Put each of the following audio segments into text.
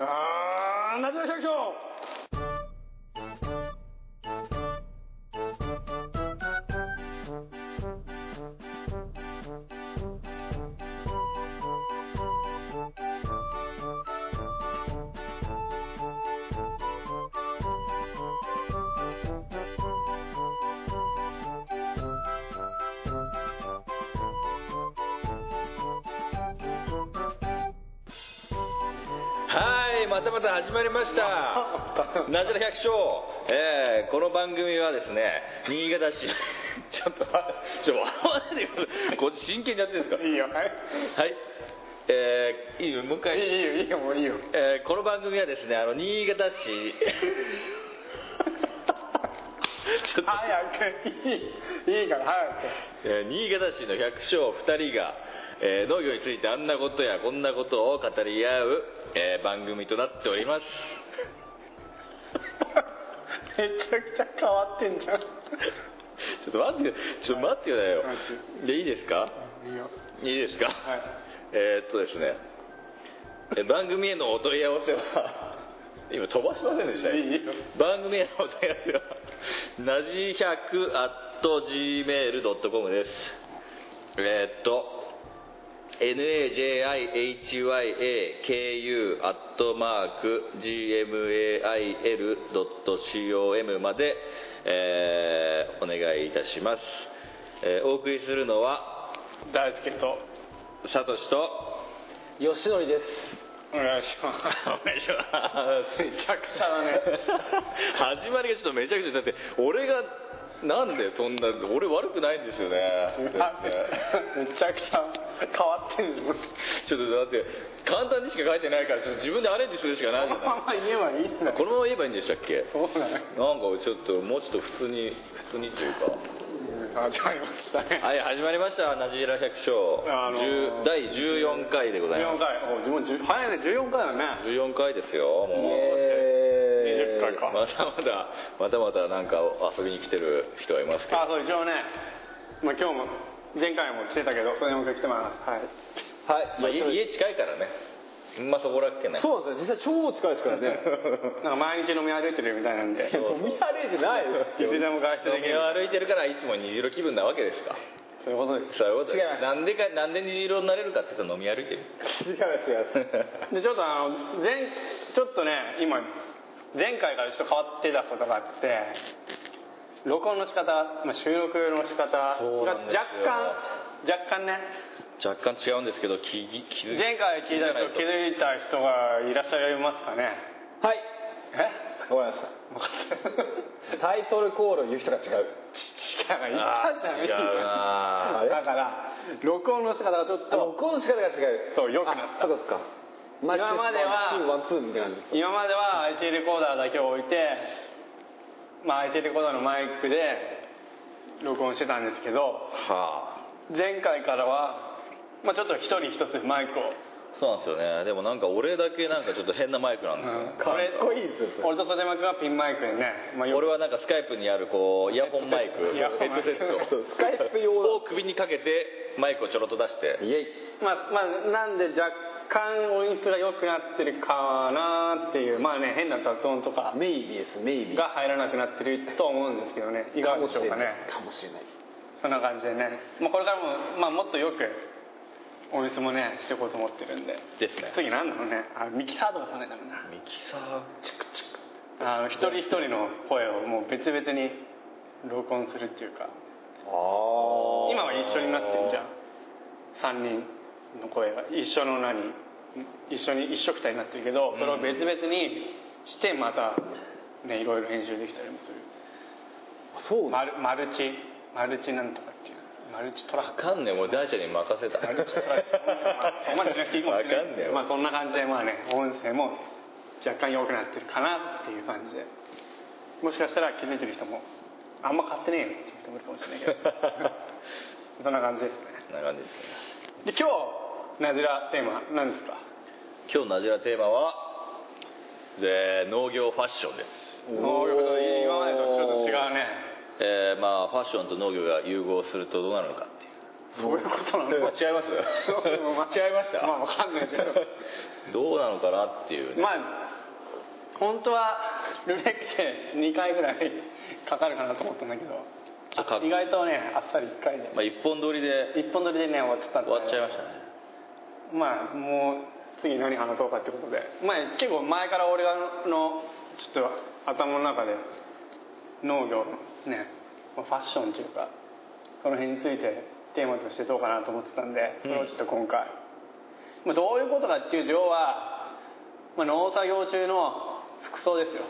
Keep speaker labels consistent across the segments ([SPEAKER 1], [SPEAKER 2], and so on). [SPEAKER 1] あー、なぜ百姓
[SPEAKER 2] はいまたまた始まりました 「なじら百姓」えーこの番組はですね新潟市 ちょっと待ってちょっと笑わないでくださいこっち真剣にやってるんです
[SPEAKER 1] いいよ、はい。
[SPEAKER 2] かはいえーいいよもう一回
[SPEAKER 1] いいよ、いいよ、もういいよ。
[SPEAKER 2] えーこの番組はですねあの新潟市 ちょっと、
[SPEAKER 1] 早く、いい、いいから早
[SPEAKER 2] えー新潟市の百姓2人が、えー農業についてあんなことやこんなことを語り合う、えー番組となっております
[SPEAKER 1] く。めちゃくちゃ変わってんじゃ
[SPEAKER 2] ちょっと待ってちょっと待ってくださいよでいいですか
[SPEAKER 1] ん。いいよ。
[SPEAKER 2] いいですか、
[SPEAKER 1] はい。
[SPEAKER 2] えーっとですねえ番組へのお問い合わせは 今飛ばしませんでした
[SPEAKER 1] いいよ
[SPEAKER 2] 番組へのお問い合わせはなじ100 at gmail.com ですえーっと najihyaku アットマーク gmail.com まで、えーお願いいたします、えーお送りするのは
[SPEAKER 1] 大輔と、
[SPEAKER 2] サトシと
[SPEAKER 3] 吉典です
[SPEAKER 1] お願いします。
[SPEAKER 2] お願いします
[SPEAKER 1] めちゃくちゃだね。
[SPEAKER 2] 始まりがちょっとめちゃくちゃだって俺がなんでそんな俺悪くないんですよね
[SPEAKER 1] めちゃくちゃ変わってんじゃん。
[SPEAKER 2] ちょっとだって簡単にしか書いてないからちょっと自分でアレンジするしかないじゃな
[SPEAKER 1] まあ言えばいいんだ
[SPEAKER 2] いこのまま言えばいいんでしたっけ
[SPEAKER 1] そうだね。
[SPEAKER 2] なんかちょっともうちょっと普通に普通にというか
[SPEAKER 1] 始まりましたね。
[SPEAKER 2] はい始まりました「なじら百姓、
[SPEAKER 1] あのー
[SPEAKER 2] 10第14回でござい
[SPEAKER 1] 14
[SPEAKER 2] ます
[SPEAKER 1] 回。お、もう10早いね、14回だね。
[SPEAKER 2] 14回ですよもう
[SPEAKER 1] 20回か
[SPEAKER 2] まだまだまだまだなんか遊びに来てる人はいますけど
[SPEAKER 1] あ、そう、一応ね、まあ今日も、前回も来てたけど、それでもう一回来てます。はい。
[SPEAKER 2] まあ、
[SPEAKER 3] はい、
[SPEAKER 2] 家家近いからねまあそこらっけない
[SPEAKER 3] そうなんですよ実際超疲れですからね
[SPEAKER 1] なんか毎日飲み歩いてるみたいなんで、い
[SPEAKER 2] そう
[SPEAKER 3] 見歩いてないです
[SPEAKER 1] つ
[SPEAKER 3] よ
[SPEAKER 1] でも外出
[SPEAKER 2] 飲
[SPEAKER 1] でき
[SPEAKER 2] み
[SPEAKER 1] る。
[SPEAKER 2] を歩いてるからいつも虹色気分なわけですか
[SPEAKER 1] そういうことです。
[SPEAKER 2] そういうことです
[SPEAKER 3] 違います
[SPEAKER 2] なんでかなんで虹色になれるかって言ったら飲み歩いてる
[SPEAKER 3] 違う違う
[SPEAKER 1] でちょっとあの前ちょっとね今前回からちょっと変わってたことがあって録音の仕方、まあ、収録の仕方が
[SPEAKER 2] そうなんですよ
[SPEAKER 1] 若干若干ね
[SPEAKER 2] 若干違うんですけど気気気づい
[SPEAKER 1] 前回聞いた人気づいた人がいらっしゃいますかね
[SPEAKER 3] はい
[SPEAKER 1] え
[SPEAKER 3] わかりましたタイトルコール言う人が違う
[SPEAKER 1] 違う言
[SPEAKER 2] あ
[SPEAKER 1] ったじゃん
[SPEAKER 2] ー違うな
[SPEAKER 3] あれ
[SPEAKER 1] だから録音の仕方がちょっ
[SPEAKER 3] あ
[SPEAKER 1] と
[SPEAKER 3] 録音の仕方が違う
[SPEAKER 1] そう良くなった
[SPEAKER 3] あそうかそうか今
[SPEAKER 1] 今までは
[SPEAKER 3] ワンツーワンツーみたいな感じです
[SPEAKER 1] 今までは IC レコーダーだけを置いて、まあ、IC レコーダーのマイクで録音してたんですけど
[SPEAKER 2] はあ
[SPEAKER 1] 前回からは、まあ、ちょっと一人一つマイクを、
[SPEAKER 2] そうなんですよねでもなんか俺だけなんかちょっと変なマイクなんですよ、
[SPEAKER 3] かっこいいですよそれ
[SPEAKER 1] 俺俺と袖間君はピンマイクでね、まあ、よ
[SPEAKER 2] 俺はなんかスカイプにあるこうイヤホンマイク
[SPEAKER 1] イヤホン
[SPEAKER 2] ヘッ
[SPEAKER 1] マイ
[SPEAKER 2] ド
[SPEAKER 1] ク
[SPEAKER 2] セット
[SPEAKER 3] そうスカイプ用
[SPEAKER 2] を首にかけてマイクをちょろっと出して
[SPEAKER 3] イエイ
[SPEAKER 1] まあまあ、なんで若干音質が良くなってるかなっていうまあね変な雑音とか
[SPEAKER 3] メイビーですメイビー
[SPEAKER 1] が入らなくなってると思うんですけどねいかがでしょうかね
[SPEAKER 3] かもしれない
[SPEAKER 1] そんな感じでね、まあ、これからも、まあ、もっとよく音質もねしていこうと思ってるんで
[SPEAKER 2] ですね
[SPEAKER 1] 次なんだろうねあミキサーとかさないだろうな
[SPEAKER 2] ミキサー
[SPEAKER 1] あの一人一人の声をもう別々に録音するっていうか
[SPEAKER 3] ああ
[SPEAKER 1] 今は一緒になってるじゃん3人の声が一緒の何一緒に一緒くたになってるけどそれを別々にしてまたねいろいろ編集できたりもする
[SPEAKER 3] そう
[SPEAKER 1] マ
[SPEAKER 3] な
[SPEAKER 1] ルマルチマルチなんとかっていうマルチトラッ
[SPEAKER 2] わ
[SPEAKER 1] ク
[SPEAKER 2] かんねえもう大ちゃんに任せた
[SPEAKER 1] マルチトラックまあお前しなくていいかもしれ
[SPEAKER 2] わかんね
[SPEAKER 1] な
[SPEAKER 2] え
[SPEAKER 1] い
[SPEAKER 2] わ
[SPEAKER 1] まあこんな感じでまあね音声も若干良くなってるかなっていう感じでもしかしたら気づいてる人もあんま買ってねえよっていう人もいるかもしれないけどそんな感じですね
[SPEAKER 2] こんな感じで
[SPEAKER 1] で
[SPEAKER 2] すね
[SPEAKER 1] 今日ナジラテーマ何ですか
[SPEAKER 2] 今日の「なじら」テーマはで農業ファッションです、
[SPEAKER 1] 農業と今までとちょっと違うね
[SPEAKER 2] えーまあ、ファッションと農業が融合するとどうなるのかっ
[SPEAKER 1] そ
[SPEAKER 2] ていう
[SPEAKER 1] ういうことなの
[SPEAKER 2] 違います違いました
[SPEAKER 1] まあわかんないけど
[SPEAKER 2] どうなのかなっていうね
[SPEAKER 1] まあ本当はルレクチェ2回ぐらいかかるかなと思ったんだけど
[SPEAKER 2] あか
[SPEAKER 1] 意外とねあっさり1回で
[SPEAKER 2] まあ、一本撮りで
[SPEAKER 1] 一本撮りでね終わっちゃったんで
[SPEAKER 2] 終わっちゃ
[SPEAKER 1] まあ
[SPEAKER 2] いましたね
[SPEAKER 1] もう次何話そうかってことでまあ結構前から俺がのちょっと頭の中で農業のねまあファッションというかその辺についてテーマとしてどうかなと思ってたんでそれをちょっと今回、まあ、どういうことかっていうと要は、まあ、農作業中の服装ですよ、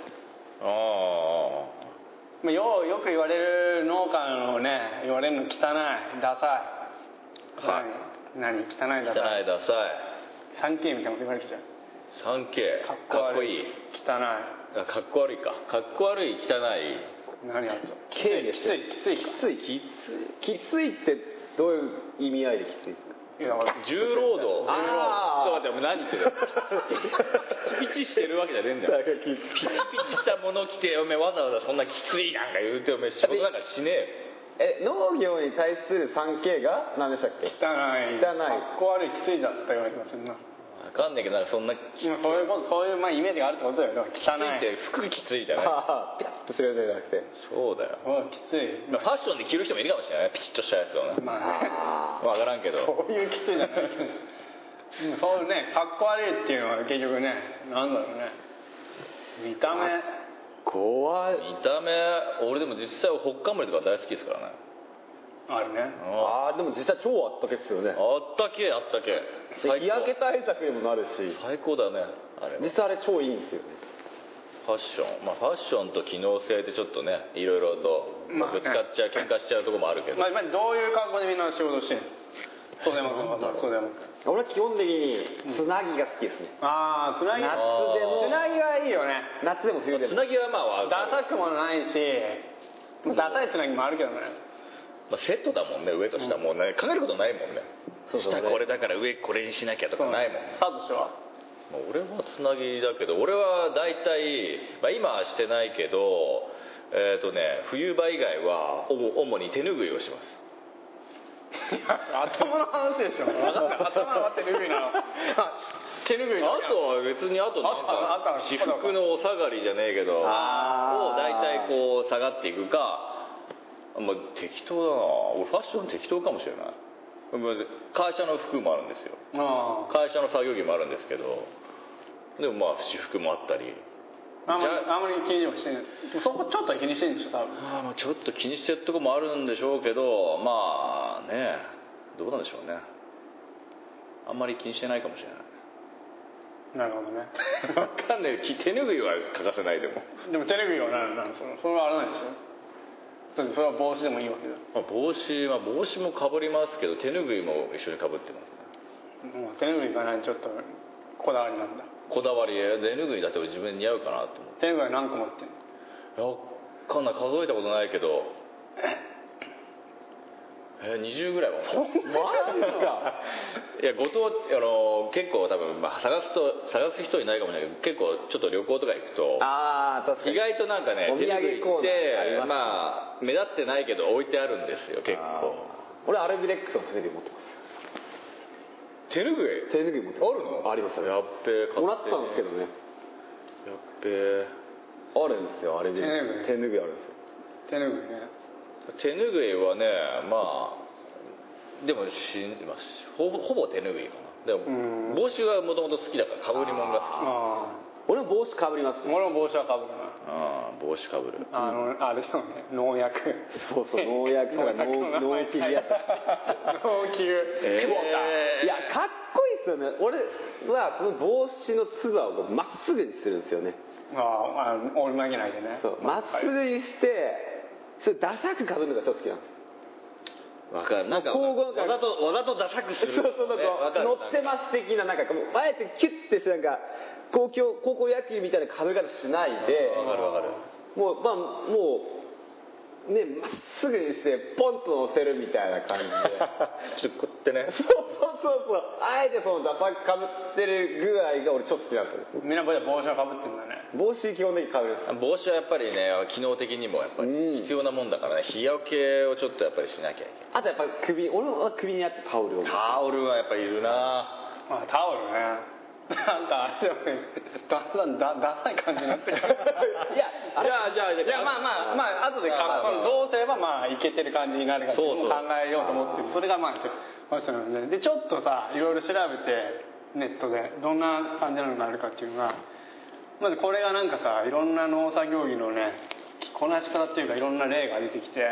[SPEAKER 2] あ
[SPEAKER 1] まあ、ようよく言われる農家のね言われるの汚いダサい
[SPEAKER 2] はい
[SPEAKER 1] 何汚い
[SPEAKER 2] あ
[SPEAKER 1] ダ
[SPEAKER 2] 汚
[SPEAKER 1] サい
[SPEAKER 2] いダサ
[SPEAKER 1] 3K みたいなこと言われるじゃん
[SPEAKER 2] い 3K かっこいい
[SPEAKER 1] 汚
[SPEAKER 2] あかっこ悪いかかっこ悪い汚
[SPEAKER 1] い
[SPEAKER 2] い
[SPEAKER 1] 何やつ
[SPEAKER 3] K で
[SPEAKER 1] き
[SPEAKER 3] し
[SPEAKER 1] つ
[SPEAKER 3] ょ
[SPEAKER 1] いきついきつい
[SPEAKER 2] き
[SPEAKER 3] きついってどういう意味合いできついですか
[SPEAKER 1] いやだから
[SPEAKER 2] 重労働
[SPEAKER 3] あー
[SPEAKER 2] ちょっと待ってお前何言ってる ピチピチしてるわけじゃねえんだよピチピチしたもの着ておめえわざわざそんなきついなんか言うておめえ仕事なんかしね
[SPEAKER 3] え農業に対する 3K が何でしたっけ
[SPEAKER 1] 汚い
[SPEAKER 3] 汚い
[SPEAKER 1] かっこ悪いきついじゃったような気がするな
[SPEAKER 2] えよわかんねえけどなんかそんなきつい
[SPEAKER 1] 今そういうことそういうまあイメージがあるってことだよでも汚
[SPEAKER 2] っ
[SPEAKER 1] い
[SPEAKER 2] て服きついじゃない
[SPEAKER 3] ああピャッとしてるやつじゃなくて
[SPEAKER 2] そうだよ
[SPEAKER 1] おいきつい
[SPEAKER 2] まあファッションで着る人もいるかもしれないねピチッとしたやつをね
[SPEAKER 1] まあね
[SPEAKER 2] 分からんけど
[SPEAKER 1] そういうきついじゃないけどうんそうねかっこ悪いっていうのは結局ねなんだろうね見た目
[SPEAKER 3] 怖い
[SPEAKER 2] 見た目俺でも実際ホッカムリとか大好きですからね
[SPEAKER 1] あるね
[SPEAKER 2] あ
[SPEAKER 3] ああでも実際超あったけっすよ
[SPEAKER 2] あ
[SPEAKER 3] ね
[SPEAKER 2] ったけえあったけえ最高
[SPEAKER 3] 日焼け対策にもなるし
[SPEAKER 2] 最高だねあれは
[SPEAKER 3] 実際あれ超いいんですよね
[SPEAKER 2] ファッションまあファッションと機能性ってちょっとねいろいろと
[SPEAKER 1] まあね
[SPEAKER 2] ぶつかっちゃう喧嘩しちゃうとこもあるけど、
[SPEAKER 1] まあまあどういう格好でみんな仕事してんのそうでもそうでも
[SPEAKER 3] 俺は基本的につなぎが好きですね、
[SPEAKER 1] ああつなぎ
[SPEAKER 3] 夏
[SPEAKER 2] あ
[SPEAKER 3] でも
[SPEAKER 1] つなぎはいいよね
[SPEAKER 3] 夏でも冬で
[SPEAKER 2] つ
[SPEAKER 3] も
[SPEAKER 2] なぎはまあ
[SPEAKER 1] ダ
[SPEAKER 2] ま
[SPEAKER 1] サくもないしダサいつなぎもあるけどね
[SPEAKER 2] あセットだもんね上と下もうね考えることないもんね
[SPEAKER 3] そうそう
[SPEAKER 2] 下これだから上これにしなきゃとかないもん、
[SPEAKER 1] サトシは
[SPEAKER 2] まあ俺はつなぎだけど俺は大体、まあ、今はしてないけどえっ、とね冬場以外はおぼ主に手拭いをします
[SPEAKER 1] 頭の話でしょ頭の話ってぬぐいなの手ぬぐいなの
[SPEAKER 2] あとは別にあとなん
[SPEAKER 1] あとはあとは
[SPEAKER 2] か私服のお下がりじゃねえけどを
[SPEAKER 3] あー
[SPEAKER 2] 大体こう下がっていくかまあ適当だな俺ファッション適当かもしれないまあ会社の服もあるんですよ
[SPEAKER 1] あ
[SPEAKER 2] 会社の作業着もあるんですけどでもまあ私服もあったり
[SPEAKER 1] ああんまりあんまり気にもしてないそこちょっとは気にしてんでしょ多分
[SPEAKER 2] あーまあちょっと気にしてるとこもあるんでしょうけどまあねどうなんでしょうねあんまり気にしてないかもしれな
[SPEAKER 1] なる
[SPEAKER 2] い
[SPEAKER 1] ほどね
[SPEAKER 2] わかんない手拭いは欠かせないでも
[SPEAKER 1] でも手ぬぐいはななんそのそれはあれなんでしょだってそれは帽子でもいいわけだ
[SPEAKER 2] まあ、帽子、まあ、帽子もかぶりますけど手拭いも一緒にかぶってますね
[SPEAKER 1] もう手ぬぐいがないちょっとこだわりなんだ
[SPEAKER 2] こだわり手拭いだって自分に似合うかなと思
[SPEAKER 1] 手ぬぐいは何個持ってんの
[SPEAKER 2] っていやかんない数えたことないけどえ20ぐらいはそん
[SPEAKER 3] マジか
[SPEAKER 2] いや後藤あの結構多分、まあ、探すと探す人いないかもしれないけど結構ちょっと旅行とか行くと
[SPEAKER 3] ああ確か
[SPEAKER 2] 意
[SPEAKER 3] に
[SPEAKER 2] 外となんかね
[SPEAKER 3] お土産
[SPEAKER 2] 手拭い
[SPEAKER 3] コーナー
[SPEAKER 2] っ
[SPEAKER 3] あり
[SPEAKER 2] て
[SPEAKER 3] ますね
[SPEAKER 2] まあ目立ってないけど置いてあるんですよ結構
[SPEAKER 3] 俺アルビレックスの手拭い持ってま
[SPEAKER 2] 手拭い
[SPEAKER 3] す手拭い持ってます
[SPEAKER 2] あるの
[SPEAKER 3] ありますあり
[SPEAKER 2] や
[SPEAKER 3] ま
[SPEAKER 2] っべえ買
[SPEAKER 3] すもらったんですけどね
[SPEAKER 2] やっべえ
[SPEAKER 3] あるんですよアルビレックス
[SPEAKER 1] 手
[SPEAKER 3] 手拭いあるんですよ
[SPEAKER 1] 手ぬぐいね
[SPEAKER 2] 手ぬぐいはねまあでもしまあしほぼほぼ手ぬぐいかなで
[SPEAKER 1] うん
[SPEAKER 2] も帽子はもともと好きだからかぶりもんが好き
[SPEAKER 1] あ
[SPEAKER 3] 俺も帽子かぶります
[SPEAKER 1] あ俺も帽子はかぶるな
[SPEAKER 2] ああ帽子かぶる
[SPEAKER 1] あの、あれだよね農薬
[SPEAKER 3] そうそう 農薬とか農農機 具やつ
[SPEAKER 1] 農機具
[SPEAKER 2] えー
[SPEAKER 1] 久保田
[SPEAKER 3] いやかっこいいっすよね俺はその帽子のつばをこうまっすぐにするんですよね
[SPEAKER 1] あああの折り曲げないでね
[SPEAKER 3] そうまっすぐにしてそれダサくかぶるのがちょっと好きなんです
[SPEAKER 2] わかるなんか
[SPEAKER 3] 交
[SPEAKER 2] わ
[SPEAKER 3] 互
[SPEAKER 2] ざとわざとダサくする
[SPEAKER 3] そうそうなん
[SPEAKER 2] ねわか
[SPEAKER 3] か
[SPEAKER 2] る
[SPEAKER 3] 乗ってます的ななんかもうあえてキュッてしてなんか高校高校野球みたいな被り方しないで
[SPEAKER 2] わかるわかる
[SPEAKER 3] もうまあもうねまっすぐにしてポンと押せるみたいな 感じで
[SPEAKER 2] ちょっとこうやってね
[SPEAKER 3] そうそうそうそうあえてそのダパかぶってる具合が俺ちょっと嫌だった
[SPEAKER 1] みんなこうやって帽子をかぶってるんだね
[SPEAKER 3] 帽子基本的にかぶるんです
[SPEAKER 2] 帽子はやっぱりね機能的にもやっぱ
[SPEAKER 3] うん
[SPEAKER 2] り必要なもんだからね日焼けをちょっとやっぱりしなきゃいけない
[SPEAKER 3] あとやっぱ首俺は首にあってタオルを
[SPEAKER 2] タオルはやっぱりいるな
[SPEAKER 1] あタオルねなんかあれでもだんだんだダサい感じになっ てるい
[SPEAKER 3] いやあれ
[SPEAKER 2] じゃあじゃあじゃあ
[SPEAKER 1] やまあまあまあ後でか
[SPEAKER 2] まあまあまあ
[SPEAKER 1] どうすればまあいけてる感じになるかっていうの
[SPEAKER 2] そ
[SPEAKER 1] も
[SPEAKER 2] うそう
[SPEAKER 1] 考えようと思ってそれがまあちょっとまあそのねでちょっとさいろいろ調べてネットでどんな感じなのがあるかっていうのがまずこれがなんかさいろんな農作業着のね着こなし方っていうかいろんな例が出てきて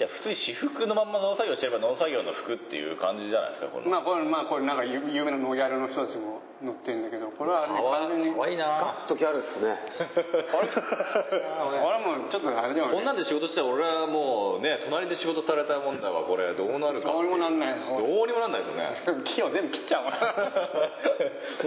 [SPEAKER 2] じゃあ普通に私服のまんま農作業してれば農作業の服っていう感じじゃないですかこの、
[SPEAKER 1] まあこれまあこれなんか有有名なノギャルの人たちも載ってるんだけどこれはね
[SPEAKER 2] かわ
[SPEAKER 1] 完全に
[SPEAKER 2] かわいいな
[SPEAKER 3] ガッとギャルっすね
[SPEAKER 1] 俺もちょっとあれでも
[SPEAKER 2] こんなんで仕事したら俺はもうね隣で仕事されたもんだわこれどうなるか
[SPEAKER 1] どうにもなんない
[SPEAKER 2] どうにもなんないですよね
[SPEAKER 1] 木を全部切っちゃうもんまあ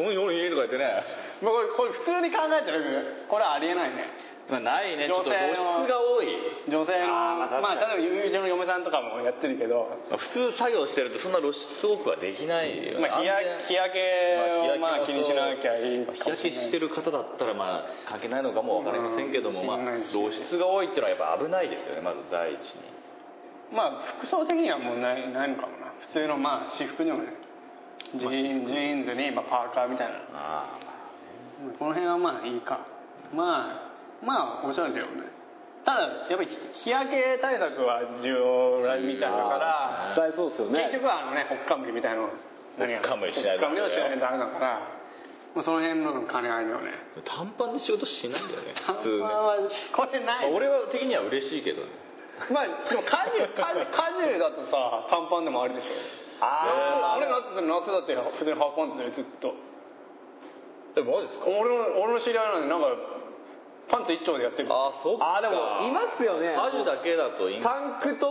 [SPEAKER 2] 俺の家とか言ってね、
[SPEAKER 1] これこれ普通に考えてるけどこれはありえないね
[SPEAKER 2] まあ、ないねちょっと
[SPEAKER 1] 女性の
[SPEAKER 2] 露出が多い
[SPEAKER 1] 女性の
[SPEAKER 3] あーまあ
[SPEAKER 1] まあ
[SPEAKER 3] 確か
[SPEAKER 1] 例えば友人の嫁さんとかもやってるけど、
[SPEAKER 2] まあ普通作業してるとそんな露出多くはできないよね
[SPEAKER 1] まあ、日焼日焼けをまあ気にしなきゃいいかも
[SPEAKER 2] 日焼けしてる方だったらまあ関係ないのかも分かりませんけども、
[SPEAKER 1] うん
[SPEAKER 2] まあ、
[SPEAKER 1] 知らな
[SPEAKER 2] 露
[SPEAKER 1] いし
[SPEAKER 2] 出が多いっていうのはやっぱ危ないですよねまず第一に
[SPEAKER 1] まあ服装的にはもうないないのかもな普通のまあ私服でもねジーンジーンズにまあパーカーみたいな
[SPEAKER 2] あ
[SPEAKER 1] この辺はまあいいかまあまあおしゃれだよねただやっぱり日焼け対策は重要みたいだから
[SPEAKER 3] 伝えそうですよね
[SPEAKER 1] 結局はあのねほっかむりみたいなの
[SPEAKER 2] っかむりしない
[SPEAKER 1] ほっかむりをしないとダメだから、まあ、その辺の兼ね合いだよね
[SPEAKER 2] 短パンで仕事しないんだよね普通ね、
[SPEAKER 1] まあ
[SPEAKER 2] まあ、
[SPEAKER 1] まあこれない
[SPEAKER 2] 俺は的には嬉しいけどね
[SPEAKER 1] まあでもカジュカジュカジュだとさ短パンでもありでしょ
[SPEAKER 3] あー
[SPEAKER 1] 俺夏夏だって普通にハーフパンツでずっと
[SPEAKER 2] えマジですか
[SPEAKER 1] 俺の俺の知り合いなんでなんかパンツ一丁でやってる
[SPEAKER 2] あそっか
[SPEAKER 3] あでもいますよね
[SPEAKER 2] アジュだけだといい
[SPEAKER 3] タンクト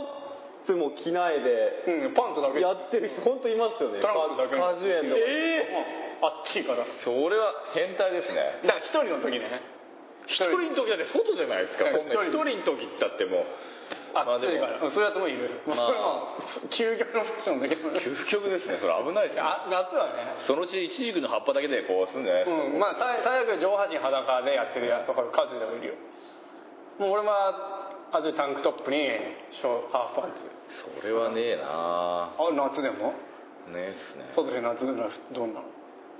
[SPEAKER 3] ップも着ないで
[SPEAKER 1] うんパンツだけ
[SPEAKER 3] やってる人本当いますよね
[SPEAKER 1] トランクだけ
[SPEAKER 3] 果樹園とか
[SPEAKER 1] ええあっちいからだか
[SPEAKER 2] それは変態ですね
[SPEAKER 1] ら一人の時ね一
[SPEAKER 2] 一人の時だって外じゃないですか
[SPEAKER 1] はい
[SPEAKER 2] こんな
[SPEAKER 1] 一
[SPEAKER 2] 一
[SPEAKER 1] 人
[SPEAKER 2] 人の時だってもう
[SPEAKER 1] あ
[SPEAKER 2] まあ
[SPEAKER 1] 暑
[SPEAKER 2] でも
[SPEAKER 1] いからうんそういうやつもいるもう
[SPEAKER 2] まあ
[SPEAKER 1] それも究極のファッションだけどね
[SPEAKER 2] 究極ですねそれ危ないです ね
[SPEAKER 1] あ夏はね
[SPEAKER 2] そのうちイチジクの葉っぱだけでこうすんじゃないですか、
[SPEAKER 1] うんまあ最最悪上半身裸でやってるやつとか家事でもいるよもう俺はあとタンクトップにショーハーフパンツ
[SPEAKER 2] それはねえな
[SPEAKER 1] あ夏でも
[SPEAKER 2] ねえっすね
[SPEAKER 1] 今年夏でもどんなの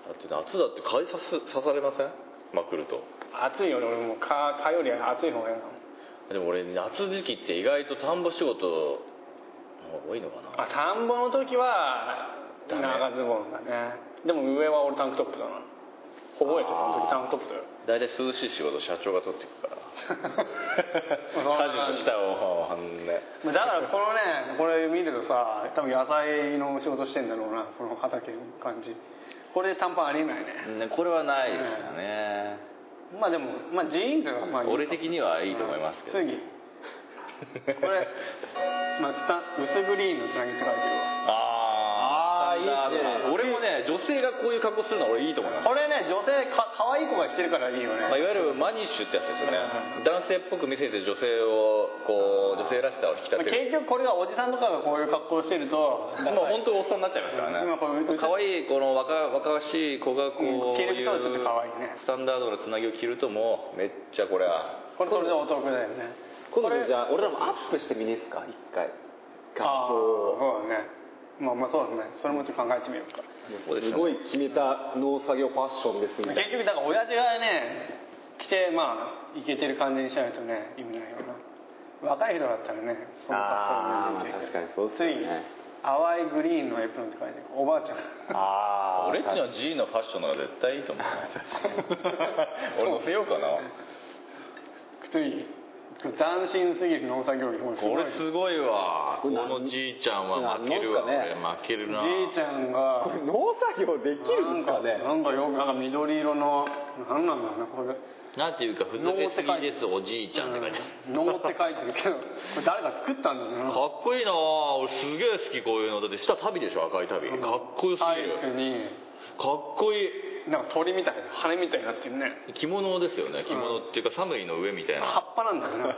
[SPEAKER 2] だって夏だって蚊に刺す刺されませんまくると
[SPEAKER 1] 暑いよね俺もう蚊蚊より暑い方がいいな
[SPEAKER 2] でも俺夏時期って意外と田んぼ仕事の方が多いのかな
[SPEAKER 1] あ田んぼの時は
[SPEAKER 2] ダメ
[SPEAKER 1] 長ズボンだねでも上は俺タンクトップだな保護衛とかの時タンクトップだよ
[SPEAKER 2] 大体涼しい仕事社長が取ってい くから
[SPEAKER 1] んな
[SPEAKER 2] 家事の下をはんね
[SPEAKER 1] まあだからこのねこれ見るとさ多分野菜の仕事してんだろうなこの畑の感じこれで短パンありえないね
[SPEAKER 2] ねこれはないですよね、
[SPEAKER 1] まあでも、まあ、ジーンズはまあいい
[SPEAKER 2] 俺的にはいいと思いますけど、
[SPEAKER 1] 次これ、まあ、スタ薄グリーンのつなぎって書いてるわ
[SPEAKER 2] あー
[SPEAKER 3] あーいいっすね
[SPEAKER 2] 俺もね女性がこういう格好するのは俺いいと思います
[SPEAKER 1] これね女性か可愛い子がしてるからいいよ
[SPEAKER 2] まあ、い
[SPEAKER 1] ね
[SPEAKER 2] わゆるマニッシュってやつですよね
[SPEAKER 1] う
[SPEAKER 2] 男性っぽく見せて女性をこう女性らしさを引き
[SPEAKER 1] まあ
[SPEAKER 2] 立てる
[SPEAKER 1] 結局これがおじさんとかがこういう格好をしてると
[SPEAKER 2] もう本当おっさんになっちゃいますからね
[SPEAKER 1] 今こういう
[SPEAKER 2] 可愛いこの若々しい子がこ
[SPEAKER 1] うん
[SPEAKER 2] う
[SPEAKER 1] 着ると
[SPEAKER 2] こう
[SPEAKER 1] ちょっと
[SPEAKER 2] いう
[SPEAKER 1] 可愛いね
[SPEAKER 2] スタンダードのつなぎを着るともうめっちゃこれは
[SPEAKER 1] これそれでお得だよね
[SPEAKER 3] 今
[SPEAKER 1] こ
[SPEAKER 3] 度
[SPEAKER 1] れ
[SPEAKER 3] じゃあ俺らもアップしてみねえっすか一回活
[SPEAKER 1] ああ
[SPEAKER 3] 動を
[SPEAKER 1] そうだねまあまあそうだねそれもちょっと考えてみようか
[SPEAKER 2] そうです
[SPEAKER 3] す
[SPEAKER 2] ね
[SPEAKER 3] ごい決めた農作業ファッションですみたいな
[SPEAKER 1] 結局だから親父がね着てまあイケてる感じにしないとね意味ないよな若い人だったらねその格好にな
[SPEAKER 3] あーま
[SPEAKER 1] る
[SPEAKER 3] あ確かにそうですよね
[SPEAKER 1] つい淡いグリーンのエプロンって書いてるおばあちゃん
[SPEAKER 3] あ
[SPEAKER 2] 俺っち
[SPEAKER 3] の
[SPEAKER 2] の G のファッションの方が絶対いいと思う俺乗せようかな
[SPEAKER 1] 靴い斬新すぎる農作業着これす
[SPEAKER 2] こ
[SPEAKER 1] ごい
[SPEAKER 2] れすごいわこ
[SPEAKER 3] これ何
[SPEAKER 2] のじいちゃんは負けるわ
[SPEAKER 3] なんす
[SPEAKER 2] 俺負けるな
[SPEAKER 1] じいちゃんが
[SPEAKER 3] これ農作業できるんですかね
[SPEAKER 1] なんかよくなんか緑色のなんなんだろうねこれ
[SPEAKER 2] なんていうかふざけすぎですおじいちゃんって書いてある
[SPEAKER 1] 脳って書いてるけどこれ誰か作ったんだよな
[SPEAKER 2] かっこいいなぁ俺すげえ好きこういうのだって下足袋でしょ赤い足袋かっこよす
[SPEAKER 1] アイ
[SPEAKER 2] ぎる
[SPEAKER 1] ク
[SPEAKER 2] かっ
[SPEAKER 1] に
[SPEAKER 2] こいい
[SPEAKER 1] なんか鳥みたいな羽みたいになってるね
[SPEAKER 2] 着物ですよね着物っていうか寒いの上みたいな
[SPEAKER 1] 葉っぱなんだよな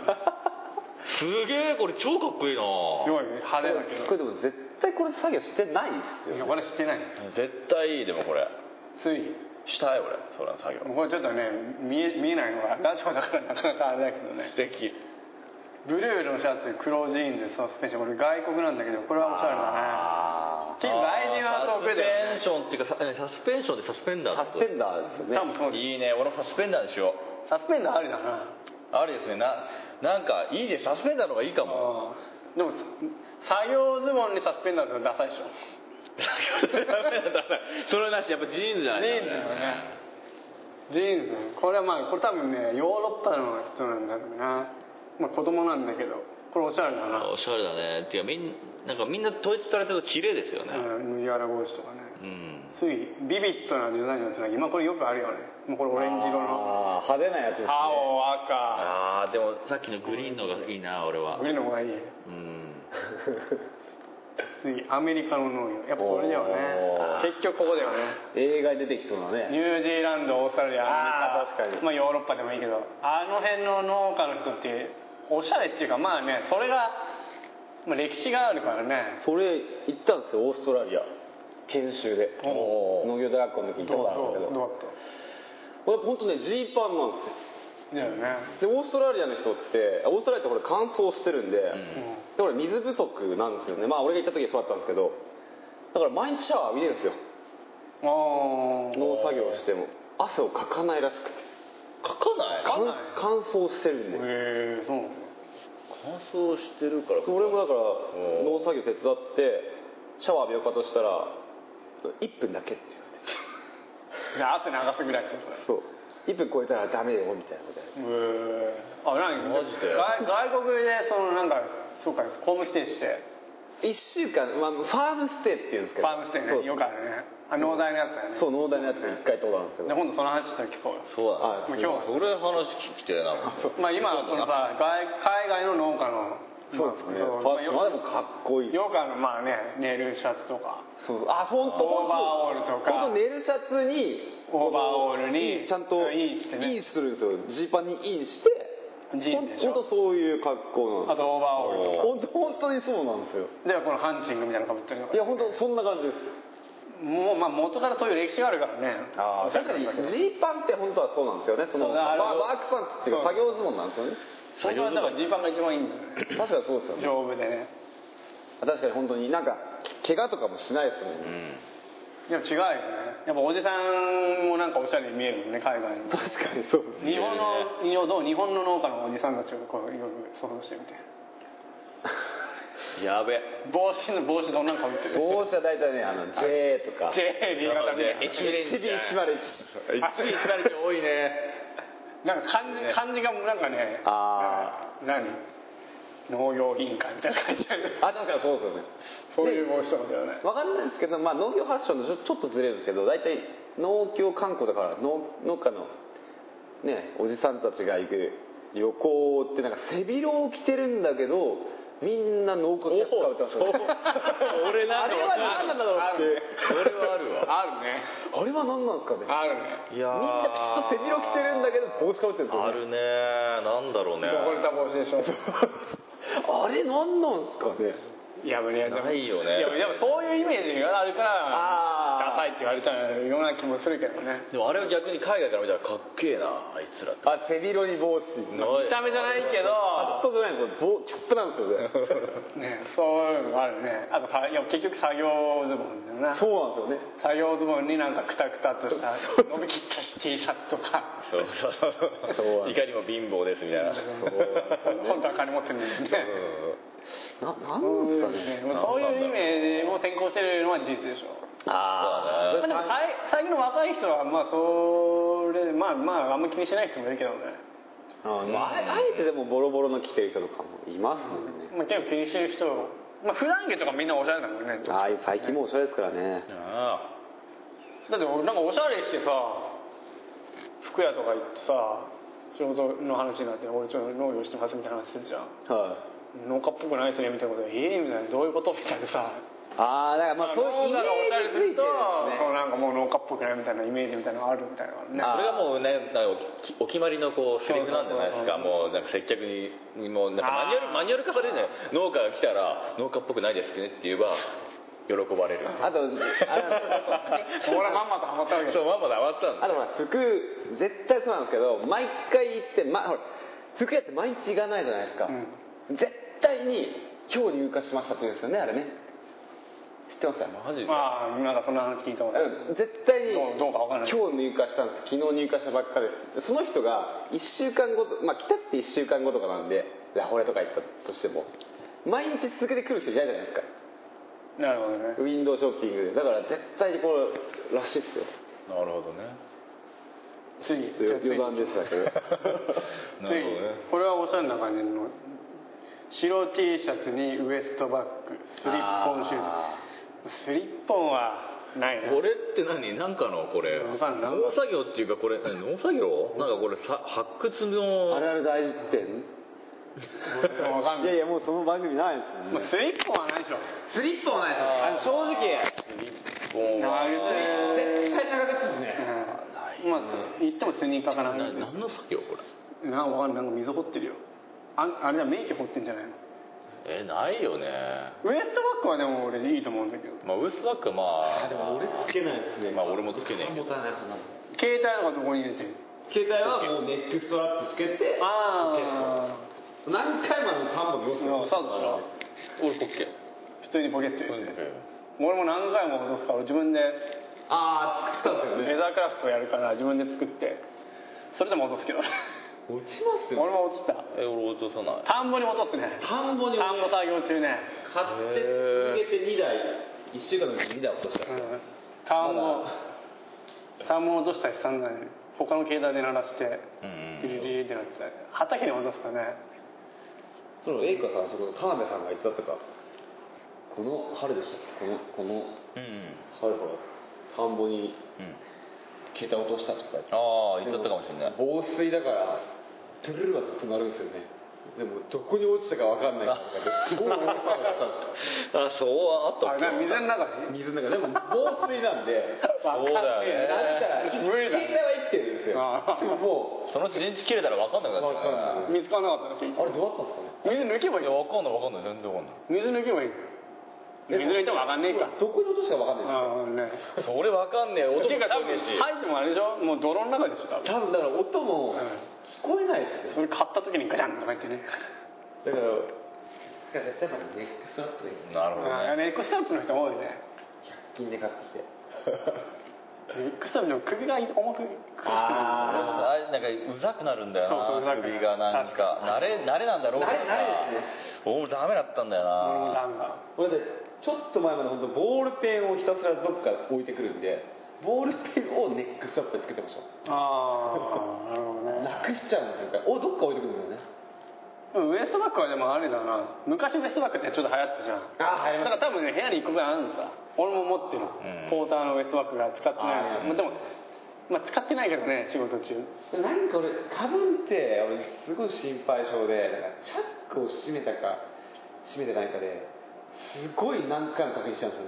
[SPEAKER 2] すげえこれ超かっこいいな
[SPEAKER 1] すごい派手だけ
[SPEAKER 3] こ
[SPEAKER 1] ど
[SPEAKER 3] れでも絶対これ作業してない
[SPEAKER 1] い
[SPEAKER 3] です
[SPEAKER 1] や
[SPEAKER 3] よ、
[SPEAKER 1] 俺してない
[SPEAKER 2] 絶対いいでもこれ
[SPEAKER 1] つい
[SPEAKER 2] したい俺それの作業
[SPEAKER 1] もうこれちょっとね見え見えないのがラジオだからなかなかあれだけどね
[SPEAKER 2] 素敵
[SPEAKER 1] ブルーのシャツ黒ジーンズサスペンションこれ外国なんだけどこれはおしゃれだね
[SPEAKER 3] あ
[SPEAKER 1] 金来年はトップだよね
[SPEAKER 2] サスペンションっていうかササスペンションってサスペンダー
[SPEAKER 3] あサスペンダーですよね
[SPEAKER 1] 多分そうです
[SPEAKER 2] いいね俺もサスペンダーにしよ
[SPEAKER 1] サスペンダーありだな
[SPEAKER 2] うあるですねななんかいいねサスペンダーの方がいいかも
[SPEAKER 1] あーでも作業ズボンにサスペンダーってダサいでしょ
[SPEAKER 2] ダメだダメだそれなしやっぱジーンズじゃない
[SPEAKER 1] ジーンズだねジーンズこれはまあこれ多分ねヨーロッパの人なんだろうなまあ子供なんだけどこれおしゃれだな
[SPEAKER 2] おしゃれだねっていうかみんなんかみんな統一されてると綺麗ですよね
[SPEAKER 1] うん麦わら帽子とかね
[SPEAKER 2] うん
[SPEAKER 1] ついビビッドなデザインのやつが今これよくあるよねもうこれオレンジ色の
[SPEAKER 3] あー派手なやつですね
[SPEAKER 1] 青赤
[SPEAKER 2] ああでもさっきのグリーンのがいいな俺は
[SPEAKER 1] グリーンの方がいい
[SPEAKER 2] うん
[SPEAKER 1] ついアメリカの農業やっぱこれだよね結局ここだよね
[SPEAKER 3] 映画に出てきそうな
[SPEAKER 1] ニ
[SPEAKER 3] ね
[SPEAKER 1] ュージーランドオーストラリア
[SPEAKER 3] あー確かに
[SPEAKER 1] まあ、ヨーロッパでもいいけどあの辺の農家の人っておしゃれっていうかまあねそれが、まあ、歴史があるからね
[SPEAKER 3] それ行ったんですよオーストラリア研修で
[SPEAKER 2] おー
[SPEAKER 3] 農業大学校の時に行ったことあるんですけど
[SPEAKER 1] どうだっ
[SPEAKER 3] 俺本当ねジーパンなんですよ
[SPEAKER 1] ただよね、
[SPEAKER 3] でオーストラリアの人ってオーストラリアってこれ乾燥してるんで、で俺水不足なんですよねまあ俺が行った時はそうだったんですけどだから毎日シャワー浴びてるんですよ
[SPEAKER 1] うん、おー
[SPEAKER 3] 農作業しても汗をかかないらしくて
[SPEAKER 2] 書かない
[SPEAKER 3] 乾
[SPEAKER 1] かない
[SPEAKER 3] 乾燥してるんで
[SPEAKER 1] へえそうなんだ
[SPEAKER 2] 乾燥してるから
[SPEAKER 3] 俺もだから
[SPEAKER 2] ー
[SPEAKER 3] 農作業手伝ってシャワー浴びようかとしたら1分だけって言われ
[SPEAKER 1] い
[SPEAKER 3] て
[SPEAKER 1] や汗流すぐらいです
[SPEAKER 3] そう1分超えたらダメよみたいなことや
[SPEAKER 1] へえあ何
[SPEAKER 2] マジで
[SPEAKER 1] 外外国でそのなんかそうかホームステイして
[SPEAKER 3] 1週間、まあ、ファームステイっていうん
[SPEAKER 1] フ
[SPEAKER 3] ですけ
[SPEAKER 1] ァ
[SPEAKER 3] ど
[SPEAKER 1] ームステイね
[SPEAKER 3] そう
[SPEAKER 1] よくあるねあ農大のやつだよね
[SPEAKER 3] そう農大のやつ1回通ったんですけ
[SPEAKER 1] で
[SPEAKER 3] ど
[SPEAKER 1] 今度その話したら聞こうよ
[SPEAKER 2] そうだね
[SPEAKER 3] あ
[SPEAKER 1] もう今日は
[SPEAKER 2] それ話聞きてえな
[SPEAKER 1] まあ今のそのさ外海外の農家の
[SPEAKER 3] そうですね
[SPEAKER 1] まあ
[SPEAKER 3] ファッション
[SPEAKER 1] まあ
[SPEAKER 3] は
[SPEAKER 1] よ
[SPEAKER 3] でもかっこいい
[SPEAKER 1] よくあのまあねネイルシャツとか
[SPEAKER 3] そうそうあ本当
[SPEAKER 1] オーバーオールとか
[SPEAKER 3] 本当ネイルシャツに
[SPEAKER 1] オーバーオールに
[SPEAKER 3] このちゃんと
[SPEAKER 1] インしてね
[SPEAKER 3] インするんですよジーパンにインして
[SPEAKER 1] ジーンでしょ
[SPEAKER 3] 本当そういう格好
[SPEAKER 1] あ
[SPEAKER 3] なん
[SPEAKER 1] とオーバーオール
[SPEAKER 3] です
[SPEAKER 1] とか
[SPEAKER 3] 本当本当にそうなんですよ
[SPEAKER 1] でこのハンチングみたいなのかぶってるの
[SPEAKER 3] いや本当そんな感じです
[SPEAKER 1] もうまあ元からそういう歴史があるからねおしゃれ
[SPEAKER 3] 確かにジーパンって本当はそうなんですよねその
[SPEAKER 1] そうだあ
[SPEAKER 3] ワ
[SPEAKER 1] れ
[SPEAKER 3] ークパンツっていう
[SPEAKER 1] そ
[SPEAKER 3] か
[SPEAKER 1] う
[SPEAKER 3] 作業ズボンなんですよね
[SPEAKER 1] 本当はだからジーパンが一番いいんだよね
[SPEAKER 3] 確かにそうですよね
[SPEAKER 1] 丈夫でね
[SPEAKER 3] 確かに本当になんか怪我とかもしないですも
[SPEAKER 2] う
[SPEAKER 3] ん
[SPEAKER 2] ん
[SPEAKER 3] ね
[SPEAKER 1] でも違うよねやっぱおじさんもなんかおしゃれに見えるもんね海外の
[SPEAKER 3] 確かにそうですね
[SPEAKER 1] 日本の日本の日本の農家のおじさんたちをこうよく想像してみて
[SPEAKER 2] やべ
[SPEAKER 1] 帽子の帽子どんなんかぶってる
[SPEAKER 3] 帽子は大体ねあの J とか
[SPEAKER 1] J 新潟みたいな
[SPEAKER 2] 駅レンジャー
[SPEAKER 3] 10101
[SPEAKER 2] あ次一番人多いね
[SPEAKER 1] なんか漢字漢字がなんかね
[SPEAKER 3] あ
[SPEAKER 1] なんか何農業委員会みたいな感じだよね
[SPEAKER 3] あ確かにそうですよね
[SPEAKER 1] そういう帽子とかだよね
[SPEAKER 3] わかんないですけど、まあ、農業発祥のちょちょっとずれるんですけど大体農協観光だから農農家のねおじさんたちが行く旅行ってなんか背広を着てるんだけどみんな農家キャップかぶってますよね
[SPEAKER 2] 俺な
[SPEAKER 3] あ
[SPEAKER 2] んか
[SPEAKER 3] れは何なんだろうって
[SPEAKER 2] 俺はあるわ
[SPEAKER 1] あるね
[SPEAKER 3] あれは何なんですかね
[SPEAKER 1] あるね
[SPEAKER 2] いや
[SPEAKER 3] みんなきっと背広着てるんだけど帽子かぶってるんです
[SPEAKER 2] あ
[SPEAKER 3] よ、ね、
[SPEAKER 2] るねなんだろうね
[SPEAKER 1] 汚れた帽子でしょ
[SPEAKER 3] あれ何なんですかね
[SPEAKER 1] いやいやでも
[SPEAKER 2] ないよね
[SPEAKER 1] いやでもそういうイメージがあるからダサい
[SPEAKER 3] あ
[SPEAKER 1] って言われたらような気もするけどね
[SPEAKER 2] でもあれは逆に海外から見たらかっけえなあいつらって
[SPEAKER 3] あ背広に帽子
[SPEAKER 1] 見た目じゃないけ
[SPEAKER 3] ハ
[SPEAKER 1] ど
[SPEAKER 3] ットじゃないんですよ帽キャップなんですよ
[SPEAKER 1] ね
[SPEAKER 3] ね
[SPEAKER 1] そういうのがあるねあとさいや結局作業ズボンだよな
[SPEAKER 3] そうなんですよね
[SPEAKER 1] 作業ズボンになんかクタクタとした伸びきったし T シャツとか
[SPEAKER 2] そうそう
[SPEAKER 3] そ う
[SPEAKER 2] いかにも貧乏ですみたいな
[SPEAKER 1] 本当は金持ってるんだよね
[SPEAKER 3] なな
[SPEAKER 1] そ
[SPEAKER 3] ん
[SPEAKER 1] うい
[SPEAKER 3] で
[SPEAKER 1] う
[SPEAKER 3] すかね
[SPEAKER 1] イメージも転向してるのは事実でしょま
[SPEAKER 2] あ
[SPEAKER 1] あでもさい最近の若い人はまあそれまあまああんま気にしない人もいるけどね、
[SPEAKER 3] あまああえあえてでもボロボロの着てる人とかもいますもんね
[SPEAKER 1] まあ、結構気にしてる人まあ普段着とかみんなおしゃれだもんね
[SPEAKER 3] ああいう最近もうおしゃれですからね
[SPEAKER 2] あ
[SPEAKER 1] だって俺なんかおしゃれしてさ服屋とか行ってさ仕事の話になって俺ちょっと農業してますみたいな話するじゃん
[SPEAKER 3] は
[SPEAKER 1] 農家っぽくないですねみたいなことで「ええみたいな「どういうこと?」みたいなさ
[SPEAKER 3] ああだからまあそういうイ
[SPEAKER 1] 農
[SPEAKER 3] メ
[SPEAKER 1] 家がおしゃれす
[SPEAKER 3] ー
[SPEAKER 1] る
[SPEAKER 3] ジつい
[SPEAKER 1] と
[SPEAKER 3] てる
[SPEAKER 1] こうなんかもう農家っぽくないみたいなイメージみたいなのがあるみたいなのが ね
[SPEAKER 2] それがもうねなんかおきお決まりのこうセリフなんじゃないですか
[SPEAKER 1] そうそう
[SPEAKER 2] もうなんか接客にもうなんかマニュアル
[SPEAKER 1] あー
[SPEAKER 2] マニュアル化されるじゃない農家が来たら農家っぽくないですねって言えば喜ばれる
[SPEAKER 3] あとあの
[SPEAKER 1] ほらまんまとハマったわけで
[SPEAKER 2] そうママ黙ったんだ
[SPEAKER 3] あとまあ服絶対そうなんですけど毎回行って、ま、ほら服屋って毎日行かないじゃないですか、
[SPEAKER 1] う
[SPEAKER 3] 絶対に今日入荷しましたって言うんですよねあれね知ってますか、
[SPEAKER 2] マジで
[SPEAKER 1] まあなんかそんな話聞いたことある
[SPEAKER 3] うん絶対に
[SPEAKER 1] どうどうかわからない
[SPEAKER 3] 今日入荷したんです昨日入荷したばっかですその人が1週間後とまあ来たって1週間後とかなんでラフォレとか行ったとしても毎日続けて来る人嫌じゃないですか
[SPEAKER 1] なるほどね
[SPEAKER 3] ウィンドウショッピングでだから絶対にこれらしいっすよ
[SPEAKER 2] なるほどね
[SPEAKER 1] 次
[SPEAKER 3] ちょっと余談でしたけ ど
[SPEAKER 2] な
[SPEAKER 1] 次
[SPEAKER 2] るほどね
[SPEAKER 1] これはおしゃれな感じの白 T シャツにウエストバッグスリッポンシュー
[SPEAKER 3] あ
[SPEAKER 1] ズスリッポンはないな
[SPEAKER 2] これって何なんかのこれ
[SPEAKER 1] わかんない
[SPEAKER 2] 農作業っていうかこれ何農作業なんかこれさ発掘
[SPEAKER 3] ー
[SPEAKER 2] の
[SPEAKER 3] あれあれ大事点
[SPEAKER 1] わかんない
[SPEAKER 3] いやもうその番組ないです
[SPEAKER 1] まあスリッポンはないでしょ
[SPEAKER 3] スリッポンないですよあの正直
[SPEAKER 1] 長靴
[SPEAKER 3] 絶対長靴ですね
[SPEAKER 1] うんまあ言ってもスニーカーかな
[SPEAKER 2] な何の作業これ
[SPEAKER 1] なんかわかんないなんか水掘ってるよああれだ免許掘ってんじゃないの
[SPEAKER 2] えないよね
[SPEAKER 1] ウエストバッグはでも俺いいと思うんだけど
[SPEAKER 2] まあウエストバッグはまあ
[SPEAKER 3] つけないですね
[SPEAKER 2] まあ俺もつけねえけど
[SPEAKER 3] たいないかな
[SPEAKER 1] 携帯とかどこに入れてる
[SPEAKER 3] 携帯はもうネックストラップつけて
[SPEAKER 1] あ
[SPEAKER 3] 何回もタンボに
[SPEAKER 1] あそうだろ
[SPEAKER 2] 俺ポッケ
[SPEAKER 1] 普通にポケット入れて俺も何回も落とすから俺自分で
[SPEAKER 3] ああ作ってたんです
[SPEAKER 1] レ
[SPEAKER 3] よね
[SPEAKER 1] ザークラフトやるから自分で作ってそれでも落とすけど
[SPEAKER 3] 落ちます
[SPEAKER 1] 俺も落ちた
[SPEAKER 2] え俺落とさない
[SPEAKER 1] 田んぼに落とすね
[SPEAKER 3] 田んぼに
[SPEAKER 1] 田んぼ作業中ね、
[SPEAKER 3] 買って続けて2台1週間のうち2台落とし
[SPEAKER 1] う
[SPEAKER 3] た
[SPEAKER 1] ん、田んぼ田んぼ落としたり散々他の携帯で鳴らして
[SPEAKER 2] うんうん
[SPEAKER 1] リリリリってなってた畑に落とすとね
[SPEAKER 3] そのエイカさんそこ田辺さんがいつだったかこの春でしたっけこのこの
[SPEAKER 2] うんうん
[SPEAKER 3] 春ほら田んぼに
[SPEAKER 2] うん
[SPEAKER 3] 携帯落としたとか
[SPEAKER 2] ああ言っちゃったかもしれない
[SPEAKER 3] 防水だからトゥルルはずっと鳴るんですよねでもどこに落ちたか分かんないからすごい大騒ぎし
[SPEAKER 2] あそうあった
[SPEAKER 1] あ
[SPEAKER 2] っけ
[SPEAKER 1] な水の中
[SPEAKER 3] た
[SPEAKER 1] に
[SPEAKER 3] 水の中でも防水なんで
[SPEAKER 2] そうだ
[SPEAKER 3] 鳴っ
[SPEAKER 2] よね
[SPEAKER 3] たら携
[SPEAKER 1] 無理だ
[SPEAKER 3] 帯は
[SPEAKER 1] ね
[SPEAKER 3] 生きてるんですよ
[SPEAKER 1] あー
[SPEAKER 3] でもも
[SPEAKER 2] そのうち電池切れたら分かんなくなっちゃうから
[SPEAKER 3] 分かんない
[SPEAKER 1] 見つからなかった
[SPEAKER 3] うあれどうだったんですか
[SPEAKER 1] 水
[SPEAKER 3] ね
[SPEAKER 1] 抜けばいい
[SPEAKER 2] いや
[SPEAKER 1] よ
[SPEAKER 2] 分かんない分かんない全然分かんない
[SPEAKER 1] 水抜けばいい水抜いても上がんねえか
[SPEAKER 3] どこに落としたか分かんない
[SPEAKER 1] うんね
[SPEAKER 2] それ分かんねえ音
[SPEAKER 1] ていうか多
[SPEAKER 2] も
[SPEAKER 1] 分
[SPEAKER 2] ねえ
[SPEAKER 1] 入っ
[SPEAKER 2] し
[SPEAKER 1] てもあれでしょもう泥の中でしょ多分
[SPEAKER 3] 多分だから音
[SPEAKER 1] う
[SPEAKER 3] も
[SPEAKER 1] ん
[SPEAKER 3] 聞こえないですよ
[SPEAKER 1] それ買った時にガチャンとか言ってね
[SPEAKER 3] だからだからネックストラップです
[SPEAKER 2] なるほど
[SPEAKER 1] あ
[SPEAKER 2] ね
[SPEAKER 1] ネックスタンプの人多いね
[SPEAKER 3] 100均で買ってき て
[SPEAKER 1] ネックスタンプでも首が重く苦しくな
[SPEAKER 2] 俺もさあれなんかうざくなるんだよ
[SPEAKER 1] そうそううざく
[SPEAKER 2] な
[SPEAKER 1] なる
[SPEAKER 2] 首がなんか慣れ慣れなんだろうけどさ
[SPEAKER 3] 慣れ慣れです
[SPEAKER 2] 俺もダメだったんだよ
[SPEAKER 1] る俺も
[SPEAKER 2] な
[SPEAKER 1] ダメだ
[SPEAKER 3] 俺だってちょっと前まで本当ボールペンをひたすらどっか置いてくるんでボールペンをネックストラップにつけてまし
[SPEAKER 1] ああなるほど
[SPEAKER 3] た
[SPEAKER 1] ね
[SPEAKER 3] なくしちゃうんですよおどっか置いてくるんですよね
[SPEAKER 1] でもウエストバッグはでもあれだな昔ウエストバッグってちょっと流行ったじゃん
[SPEAKER 3] ああ
[SPEAKER 1] だから多分ね部屋に1個ぐらいあるんだ俺も持ってる、
[SPEAKER 2] ん
[SPEAKER 1] ポーターのウエストバッグが使ってない
[SPEAKER 3] あー
[SPEAKER 1] まあでも、まあ、使ってないけどね仕事中
[SPEAKER 3] なんか俺かぶって俺すごい心配性でなんかチャックを閉めたか閉めてないかですごい何回も確認しちゃうんで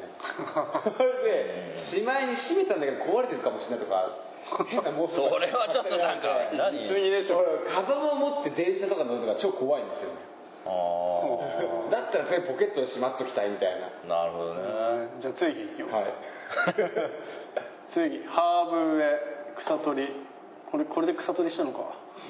[SPEAKER 3] すよねそれでしまいに閉めたんだけど壊れてるかもしれないとか変な妄
[SPEAKER 2] そ
[SPEAKER 3] 想が
[SPEAKER 2] れはちょっとなんか何
[SPEAKER 1] 普通にでしょ
[SPEAKER 3] 俺カバンを持って電車とか乗るのが超怖いんですよね
[SPEAKER 2] あ
[SPEAKER 3] だったらそれポケットにしまっときたいみたいな
[SPEAKER 2] あなるほどね
[SPEAKER 1] じゃあ次行きよう、
[SPEAKER 3] はい
[SPEAKER 1] 次ハーブ植え草取りこれこれで草取りしたのか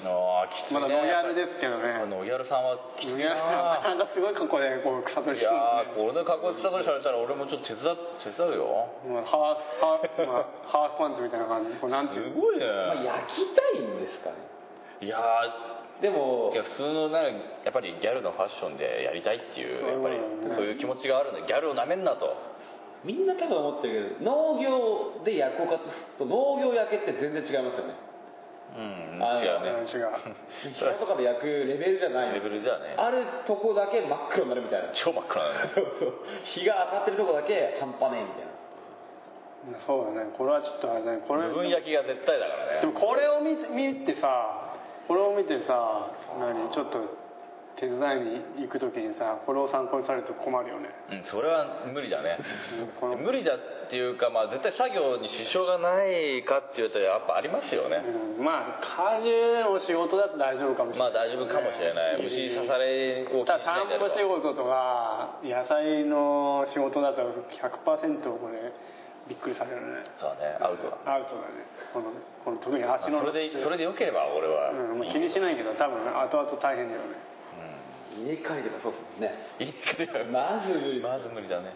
[SPEAKER 2] ああきついね
[SPEAKER 1] まだノギャルですけど
[SPEAKER 2] やっぱり
[SPEAKER 1] ね
[SPEAKER 2] ノギャルさんはきつい
[SPEAKER 1] ノ
[SPEAKER 2] な
[SPEAKER 1] ギャルさん体すごい格好でこう草取りし
[SPEAKER 2] い
[SPEAKER 1] て
[SPEAKER 2] や
[SPEAKER 1] るもん
[SPEAKER 2] ーこれでかっこいい草取りされたら俺もちょっと手伝手伝うよ
[SPEAKER 1] ねまあハーフハーフ、まあ、ハーフパンツみたいな感じこれなんて
[SPEAKER 2] す
[SPEAKER 1] いうの
[SPEAKER 2] ごいね
[SPEAKER 3] まあ焼きたいんですかね
[SPEAKER 2] いや
[SPEAKER 3] でも
[SPEAKER 2] ーいや普通のなんかやっぱりギャルのファッションでやりたいっていうやっぱり
[SPEAKER 1] そうだよね
[SPEAKER 2] そういう気持ちがあるんだギャルをなめんなと
[SPEAKER 3] みんな多分思ってるけど農業で焼こうかとすると農業焼けって全然違いますよね
[SPEAKER 2] うん
[SPEAKER 3] あー
[SPEAKER 2] 違う
[SPEAKER 1] うん違
[SPEAKER 2] ね
[SPEAKER 1] う
[SPEAKER 3] 平とかで焼くレベルじゃない
[SPEAKER 2] レベルじゃね
[SPEAKER 3] あるとこだけ真っ黒になるみたいな
[SPEAKER 2] 超真っ暗なんだよ
[SPEAKER 3] 日が当たってるとこだけ半端ねえみたいな
[SPEAKER 1] そうだねこれはちょっとあれだねこれ
[SPEAKER 2] 部分焼きが絶対だから
[SPEAKER 1] で
[SPEAKER 2] ね
[SPEAKER 1] もこれを見て見てさこれを見てさ何ちょっと手伝いに行く時にさこれを参考にされると困るよね
[SPEAKER 2] うん、それは無理 だね
[SPEAKER 1] この
[SPEAKER 2] 無理だっていうか、まあ、絶対作業に支障がないかっていうとやっぱありますよね、
[SPEAKER 1] うんまあ家事の仕事だと大丈夫かもしれ
[SPEAKER 2] ま
[SPEAKER 1] な
[SPEAKER 2] あ
[SPEAKER 1] い、
[SPEAKER 2] 大丈夫かもしれない、
[SPEAKER 1] うん
[SPEAKER 2] 虫刺されを気
[SPEAKER 1] た
[SPEAKER 2] に
[SPEAKER 1] だ
[SPEAKER 2] しな
[SPEAKER 1] 田
[SPEAKER 2] いで
[SPEAKER 1] ん
[SPEAKER 2] あれば
[SPEAKER 1] ぼ仕事とか野菜の仕事だと100%これびっくりされるね
[SPEAKER 2] そうねアウトだ
[SPEAKER 1] アウトだねこのこの特に足の
[SPEAKER 2] それでそれでよければ俺は、
[SPEAKER 1] うんまあ、気にしないけど多分後々大変だよね
[SPEAKER 3] 家帰ればそうですもんね
[SPEAKER 2] いつかでは
[SPEAKER 3] まず無理
[SPEAKER 2] まず無理だね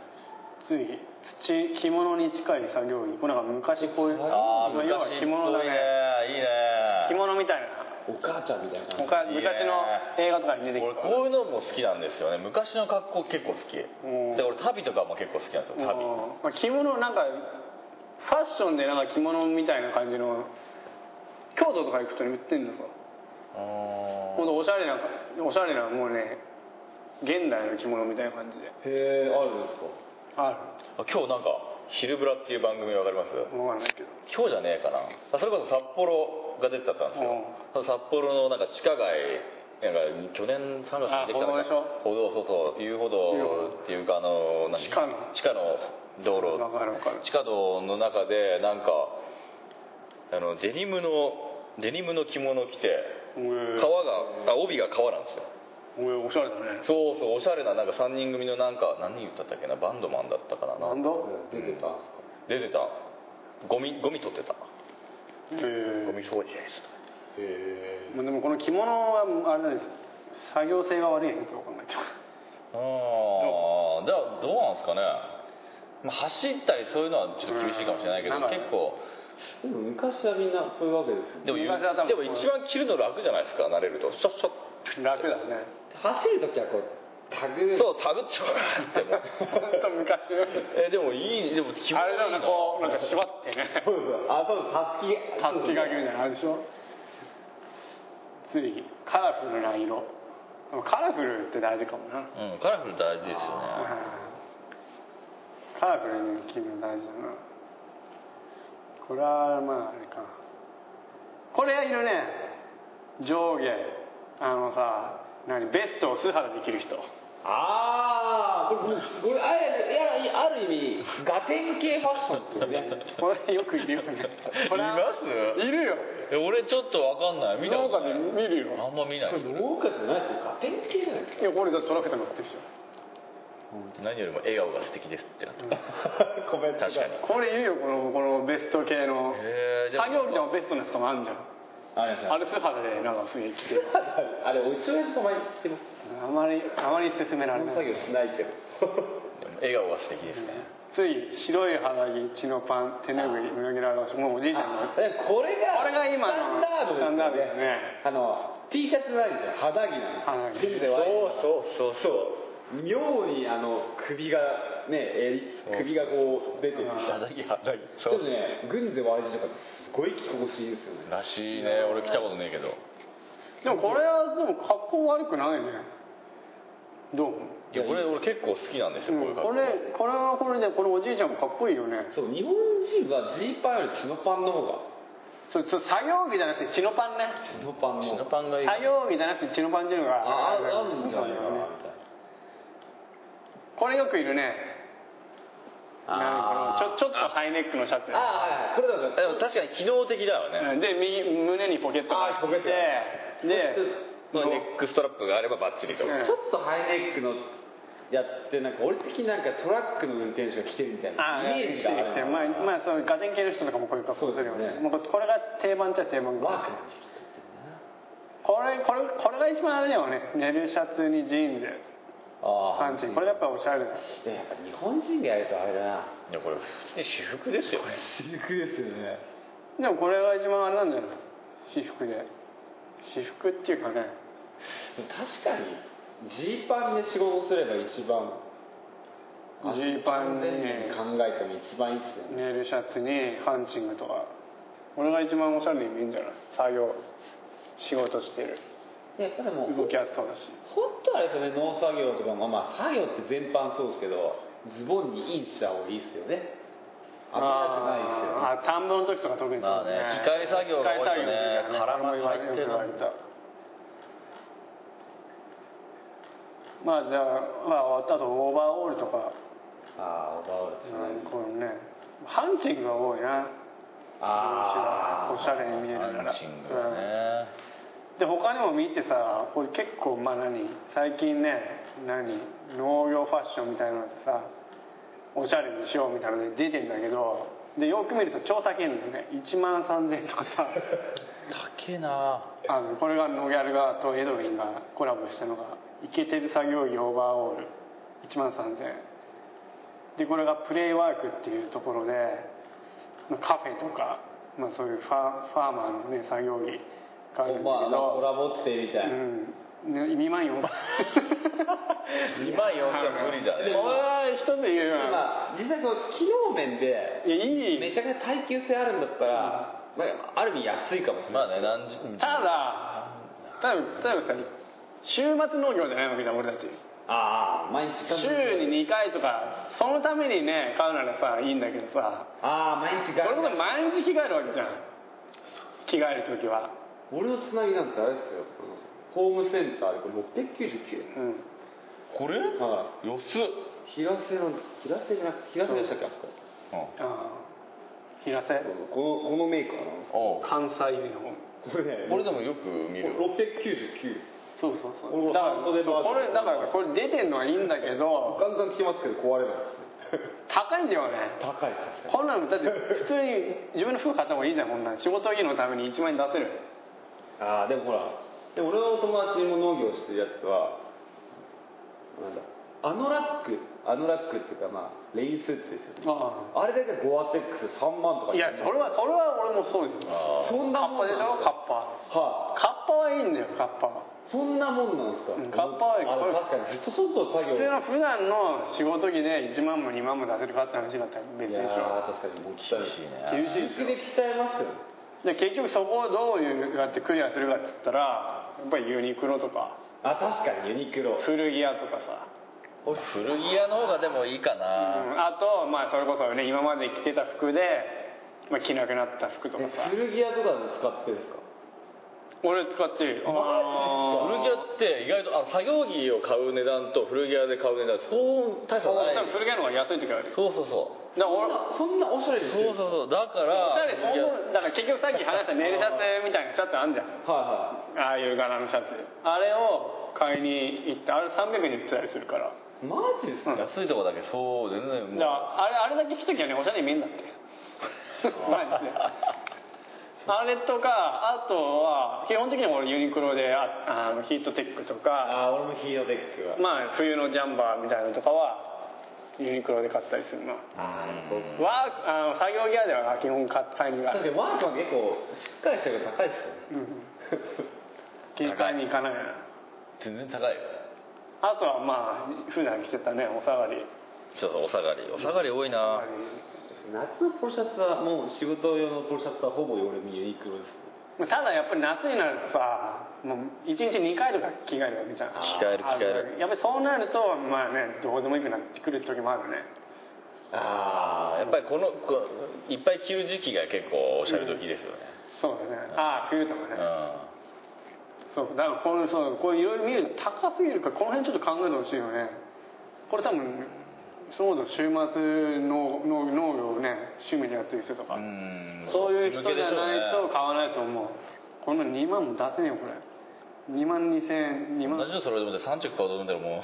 [SPEAKER 1] つい土着物に近い作業着これなんか昔こういう
[SPEAKER 2] ああ昔
[SPEAKER 1] 要は着物だ
[SPEAKER 2] いいね
[SPEAKER 1] ね
[SPEAKER 2] いいね
[SPEAKER 1] 着物みたいな
[SPEAKER 3] お母ちゃんみたいな感じ
[SPEAKER 1] 昔
[SPEAKER 2] いいね
[SPEAKER 1] の映画とかに出てき
[SPEAKER 2] 俺
[SPEAKER 1] た
[SPEAKER 2] こういうのも好きなんですよね昔の格好結構好きで
[SPEAKER 1] ん
[SPEAKER 2] 俺旅とかも結構好きなんですよ旅
[SPEAKER 1] まあ、着物なんかファッションでなんか着物みたいな感じの京都とか行くと売ってんのさほんとおしゃれなおしゃれなもうね現代の着物みたいな感じで
[SPEAKER 3] へえあるんですか
[SPEAKER 1] あ
[SPEAKER 2] あ今日なんか「昼ブラ」っていう番組わかります
[SPEAKER 1] る分かんないけど
[SPEAKER 2] 今日じゃねえかなあそれこそ札幌が出てたんですよ札幌のなんか地下街なんか去年3月にできたの
[SPEAKER 1] あ歩道でしょ
[SPEAKER 2] 歩道そうそう遊歩道っていうかあの何
[SPEAKER 1] 地下の
[SPEAKER 2] 地下の道路
[SPEAKER 1] 分かる分かる
[SPEAKER 2] 地下道の中でなんかあのデニムのデニムの着物着て
[SPEAKER 1] うん
[SPEAKER 2] 革があ帯が革なんですよ
[SPEAKER 1] うんおしゃれだね
[SPEAKER 2] そうそうおしゃれななんか3人組のなんか何人歌ったっけなバンドマンだったかな
[SPEAKER 1] バンド
[SPEAKER 3] 出てたん
[SPEAKER 2] 出
[SPEAKER 3] ですか
[SPEAKER 2] てたゴミゴミ取ってた
[SPEAKER 1] へえ
[SPEAKER 2] ゴミ掃除です
[SPEAKER 3] へ
[SPEAKER 1] まあでもこの着物はあれなんです作業性が悪いのか分かんないけど
[SPEAKER 2] ああじゃあどうなんですかね、まあ、走ったりそういうのはちょっと厳しいかもしれないけど
[SPEAKER 1] うんなんか
[SPEAKER 2] 結構
[SPEAKER 3] えでも昔はみんなそういうわけですよね
[SPEAKER 2] でもゆ
[SPEAKER 1] 昔は多分
[SPEAKER 2] でも一番着るの楽じゃないですか慣れるとシャッシャッ
[SPEAKER 1] 楽だ ね
[SPEAKER 3] 走る時はこうタグ
[SPEAKER 2] そうタグっちゃうってもう
[SPEAKER 1] 本当昔の
[SPEAKER 2] えでもいいでも着
[SPEAKER 1] あれだよね
[SPEAKER 2] な
[SPEAKER 1] こうなんか縛ってね
[SPEAKER 3] そうですあそうです
[SPEAKER 1] た
[SPEAKER 3] た
[SPEAKER 1] す
[SPEAKER 3] すき
[SPEAKER 1] き掛けみたいなのあるでしょついカラフルな色でもカラフルって大事かもな
[SPEAKER 2] うんカラフル大事ですよね
[SPEAKER 1] カラフルに着るの大事だなこれはまああれかなこれいるね上下あのさ何ベストを素肌で着る人
[SPEAKER 3] ああこれこれあれやらある意味ガテン系ファッションですよね
[SPEAKER 1] これよくいるよねこれはい
[SPEAKER 2] ます
[SPEAKER 1] いるよ
[SPEAKER 2] え俺ちょっとわかんない見た
[SPEAKER 1] 農
[SPEAKER 2] こと
[SPEAKER 1] 家
[SPEAKER 2] ない
[SPEAKER 1] で見るよ
[SPEAKER 2] あんま見ない
[SPEAKER 3] 農家じゃないってガテン系じゃないです
[SPEAKER 1] いやこれだってトラクター乗ってるでしょ
[SPEAKER 2] 何よりも笑顔が素敵ですってなった
[SPEAKER 3] かコメント
[SPEAKER 2] 確かに
[SPEAKER 1] これいるよこのこのベスト系の
[SPEAKER 2] へ えでも
[SPEAKER 1] 作業着でもベストの人もあるじゃん
[SPEAKER 3] あれ
[SPEAKER 1] あれ素肌でなんかすげえ着てる
[SPEAKER 3] あれおうちのやつたまに着てます
[SPEAKER 1] あまりあまり勧められない
[SPEAKER 3] 作業しないけど
[SPEAKER 2] でも笑顔が素敵ですね
[SPEAKER 1] つい白い肌着血のパン手ぬぐい胸毛の表しもうおじいちゃんのこ
[SPEAKER 3] えこれが
[SPEAKER 1] れが今の
[SPEAKER 3] スタンダードです
[SPEAKER 1] スタンダード
[SPEAKER 3] よね
[SPEAKER 1] だよね
[SPEAKER 3] あの T シャツないんですよ肌着なんですよ
[SPEAKER 1] 肌着
[SPEAKER 3] ビルでワイ
[SPEAKER 2] そ
[SPEAKER 3] ド
[SPEAKER 2] うそうそう
[SPEAKER 3] 妙にあの首がねえ
[SPEAKER 2] そう
[SPEAKER 3] 首がこう出てる
[SPEAKER 2] 肌着肌着
[SPEAKER 3] ち
[SPEAKER 2] そ
[SPEAKER 3] ょっと
[SPEAKER 2] う
[SPEAKER 3] ね軍でワイドとかすごい着心地いいですよね
[SPEAKER 2] らしいね俺来たことねえけど
[SPEAKER 1] でもこれはでも格好悪くないねどう思う
[SPEAKER 2] いや俺俺結構好きなんです
[SPEAKER 1] う
[SPEAKER 2] よこう
[SPEAKER 1] ん
[SPEAKER 2] いう格好
[SPEAKER 1] これこれはこれでこのおじいちゃんもかっこいいよね
[SPEAKER 3] そう日本人はジーパンよりチノパンの方が
[SPEAKER 1] それちょっと作業着じゃなくて血のパンね
[SPEAKER 3] チノパンの
[SPEAKER 2] チノパンがいい
[SPEAKER 1] 作業着じゃなくて血のパンっていうの
[SPEAKER 3] あ
[SPEAKER 1] が
[SPEAKER 3] ああるんじゃないか
[SPEAKER 1] そうだよ
[SPEAKER 3] なみたいな
[SPEAKER 1] ねこれよくいるねなんか
[SPEAKER 3] あ
[SPEAKER 1] このちょちょっとハイネックのシャツ
[SPEAKER 3] ああはいはいこれだから
[SPEAKER 2] でも確かに機能的だよね、
[SPEAKER 1] で右胸にポケットがあ
[SPEAKER 3] あポケッ
[SPEAKER 1] っ
[SPEAKER 3] ト
[SPEAKER 1] てで
[SPEAKER 2] まあネックストラップがあればバッチリと、
[SPEAKER 1] うん
[SPEAKER 3] ちょっとハイネックのやつってなんか俺的になんかトラックの運転手が来てるみたい
[SPEAKER 1] あ
[SPEAKER 3] なイメージがある
[SPEAKER 1] まあ、まあ、そのガテン系の人とかもこういう格好するよ
[SPEAKER 3] そう
[SPEAKER 1] ね
[SPEAKER 3] ですね
[SPEAKER 1] もうこれが定番っちゃ定番こ
[SPEAKER 3] ワークマ
[SPEAKER 1] れ
[SPEAKER 3] ン
[SPEAKER 1] これこれが一番あれだよね寝るシャツにジーンズ
[SPEAKER 3] あ
[SPEAKER 1] パンチこれがやっぱおしゃれだ
[SPEAKER 3] いややっぱ日本人がやるとあれだない
[SPEAKER 2] やこれ普通に私服ですよね
[SPEAKER 1] で
[SPEAKER 3] 私服ですよね
[SPEAKER 1] もこれが一番あれなんじゃない私服で私服っていうかね
[SPEAKER 3] 確かにジーパンで仕事すれば一番
[SPEAKER 1] ジーパンにね
[SPEAKER 3] 考えても一番いいっすよ
[SPEAKER 1] 寝
[SPEAKER 3] ね
[SPEAKER 1] るシャツにハンチングとかこれが一番おしゃれに見えるんじゃない作業仕事してる
[SPEAKER 3] やっぱでも
[SPEAKER 1] 動きやすそうだし
[SPEAKER 3] 本当あれですよね農作業とかもまあ作業って全般そうですけどズボンにインした方がいいですよね危
[SPEAKER 1] あーあ
[SPEAKER 3] なくないですよね
[SPEAKER 1] ー田んぼの時とか特にそう
[SPEAKER 2] まあね機械作業が多いとね
[SPEAKER 1] 機械作業の時は
[SPEAKER 2] 絡まってる
[SPEAKER 1] よく言われたまあじゃあ、まあ、あとオーバーオールとか、
[SPEAKER 2] ああオーバーオールですね、
[SPEAKER 1] うんこのねハンチングが多いな
[SPEAKER 2] ああ
[SPEAKER 1] おしゃれに見えるから
[SPEAKER 2] ハンチングはね、
[SPEAKER 1] で他にも見てさ俺結構まあ何最近ね何農業ファッションみたいなのでさおしゃれにしようみたいなので出てんだけどでよく見ると超高いんだよね1万3000円とかさ
[SPEAKER 2] 高えな
[SPEAKER 1] あのこれがノギャルガーとエドウィンがコラボしたのがイケてる作業着オーバーオール1万3000円でこれがプレイワークっていうところでカフェとか、まあ、そういうファファーマーのね作業着があるんだけど、
[SPEAKER 2] まあまあコラボってみたい、
[SPEAKER 1] うん、ね2万4
[SPEAKER 2] 2万4000無理だね
[SPEAKER 1] おい一つ言うよ
[SPEAKER 3] 今実際その機能面で
[SPEAKER 1] いやいい
[SPEAKER 3] めちゃくちゃ耐久性あるんだったら、まあ、ある意味安いかもしれ
[SPEAKER 2] ま
[SPEAKER 3] ない、
[SPEAKER 2] あね何十
[SPEAKER 1] ただ多分多分さ週末農業じゃないわけじゃん俺たち
[SPEAKER 3] ああ毎日買う
[SPEAKER 1] 週に2回とかそのためにね買うならさいいんだけどさ
[SPEAKER 3] ああ毎日
[SPEAKER 1] そ
[SPEAKER 3] 買
[SPEAKER 1] れこそ
[SPEAKER 3] う
[SPEAKER 1] 毎日着替えるわけじゃん着替える時は
[SPEAKER 3] 俺のつなぎなんてあれですよホームセンターでこれ699
[SPEAKER 1] うん
[SPEAKER 3] 円
[SPEAKER 2] これ安っ
[SPEAKER 3] は平瀬の平瀬じゃなくて平瀬でしたっけあそこ
[SPEAKER 2] うん
[SPEAKER 1] ああ平瀬
[SPEAKER 3] このこのメーカーなんです
[SPEAKER 2] おう
[SPEAKER 1] 関西ユニフォーム
[SPEAKER 3] これね
[SPEAKER 2] 俺でもよく見る
[SPEAKER 3] 699
[SPEAKER 1] そうそう
[SPEAKER 3] 俺
[SPEAKER 1] そう
[SPEAKER 3] も
[SPEAKER 1] だから
[SPEAKER 3] 袖
[SPEAKER 1] そ
[SPEAKER 3] の
[SPEAKER 1] うこれだからこれ出てんのはいいんだけど
[SPEAKER 3] ガンガン来てますけど壊れない
[SPEAKER 1] 高いんだよね
[SPEAKER 3] 高いです
[SPEAKER 1] こんなのだって普通に自分の服買った方がいいじゃんこんなん仕事着のために1万円出せる
[SPEAKER 3] ああでもほらでも俺の友達も農業してるやつはなんだあのラックあのラックっていうかまあレインスーツですよね
[SPEAKER 1] あ
[SPEAKER 3] あれだけゴアテックス3万とか
[SPEAKER 1] いやそれはそれは俺もそうです
[SPEAKER 2] あ
[SPEAKER 3] そんな
[SPEAKER 1] カッ
[SPEAKER 3] も
[SPEAKER 1] パ
[SPEAKER 3] ん
[SPEAKER 1] でしょカッパ
[SPEAKER 3] は
[SPEAKER 1] カッパはいいんだよカッパは
[SPEAKER 3] そんなもんなんですか、
[SPEAKER 1] うんカッパは
[SPEAKER 3] あでも確かにずっと外の作業
[SPEAKER 1] 普通の普段の仕事着で1万も2万も出せるかって話だったら別で
[SPEAKER 3] いや
[SPEAKER 1] し
[SPEAKER 3] ー
[SPEAKER 1] ょ
[SPEAKER 3] 確かにもう
[SPEAKER 2] 厳しいね
[SPEAKER 1] 厳しいでし
[SPEAKER 3] 自で来ちゃいますよ
[SPEAKER 1] ょで結局そこをどういうやってクリアするかっつったらやっぱりユニクロとか
[SPEAKER 3] あ確かにユニクロ
[SPEAKER 1] 古着屋とかさ
[SPEAKER 2] 俺古着屋の方がでもいいかな、
[SPEAKER 1] うんあとまあそれこそね今まで着てた服で、まあ、着なくなった服とかさ
[SPEAKER 3] 古着屋とかで使ってるんですか
[SPEAKER 1] 俺使ってるよ
[SPEAKER 2] 古着屋って意外とあの作業着を買う値段と古着屋で買う値段そう大差ない
[SPEAKER 1] 多分古着屋の方が安い時あるよ
[SPEAKER 2] そうそうそう
[SPEAKER 1] だから俺
[SPEAKER 3] そんなおしゃれです
[SPEAKER 2] そう
[SPEAKER 3] よ
[SPEAKER 2] そうそうだか
[SPEAKER 1] おし
[SPEAKER 2] ら
[SPEAKER 1] ゃれそのだから結局さっき話したネイルシャツみたいなシャツあんじゃん
[SPEAKER 3] は
[SPEAKER 1] ああいう柄のシャツあれを買いに行ってあれ300円で売ってたりするからだ
[SPEAKER 3] いはいマジですか、
[SPEAKER 2] 安いとこだけそう全然
[SPEAKER 1] か
[SPEAKER 2] もう
[SPEAKER 1] らあれあれだけ着ときはねおしゃれに見えんだって マジであれとかあとは基本的に俺ユニクロでああのヒートテックとか
[SPEAKER 3] ああ俺もヒーローデックは
[SPEAKER 1] まあ冬のジャンバーみたいなのとかはユニクロで買ったりするな
[SPEAKER 3] ああそうそう
[SPEAKER 1] ワークあの作業ギアでは基本買買いに行かない
[SPEAKER 3] 確かにワークマン結構しっかりしたけど高いですよね
[SPEAKER 1] うん買いに行かないな
[SPEAKER 2] 全然高いよ
[SPEAKER 1] あとはまあ普段着てたねお下がり
[SPEAKER 2] ちょっとお下がりお下がり多いな
[SPEAKER 3] 夏のポロシャツはもう仕事用のポロシャツはほぼ俺もユニクロです
[SPEAKER 1] ただやっぱり夏になるとさもう1日2回とか着替えるわけじゃん
[SPEAKER 2] 着替える着替える
[SPEAKER 1] やっぱりそうなるとまあねどうでもよくなってくる時もあるね
[SPEAKER 2] ああやっぱりこのこいっぱい着る時期が結構おしゃれ時ですよね
[SPEAKER 1] そうだねああ冬とか
[SPEAKER 2] うん、
[SPEAKER 1] ねそうだからこのそうこういろいろ見ると高すぎるからこの辺ちょっと考えてほしいよねこれ多分そうだ週末農農農業をね趣味でやってる人とか、
[SPEAKER 2] うん
[SPEAKER 1] そういう人じゃない
[SPEAKER 2] そう
[SPEAKER 1] と買わないと思うこの2万も出せねえよこれ2万2000円2
[SPEAKER 2] 同
[SPEAKER 1] 万
[SPEAKER 2] じのそれでも3着買おうと思ったらもう、
[SPEAKER 1] うん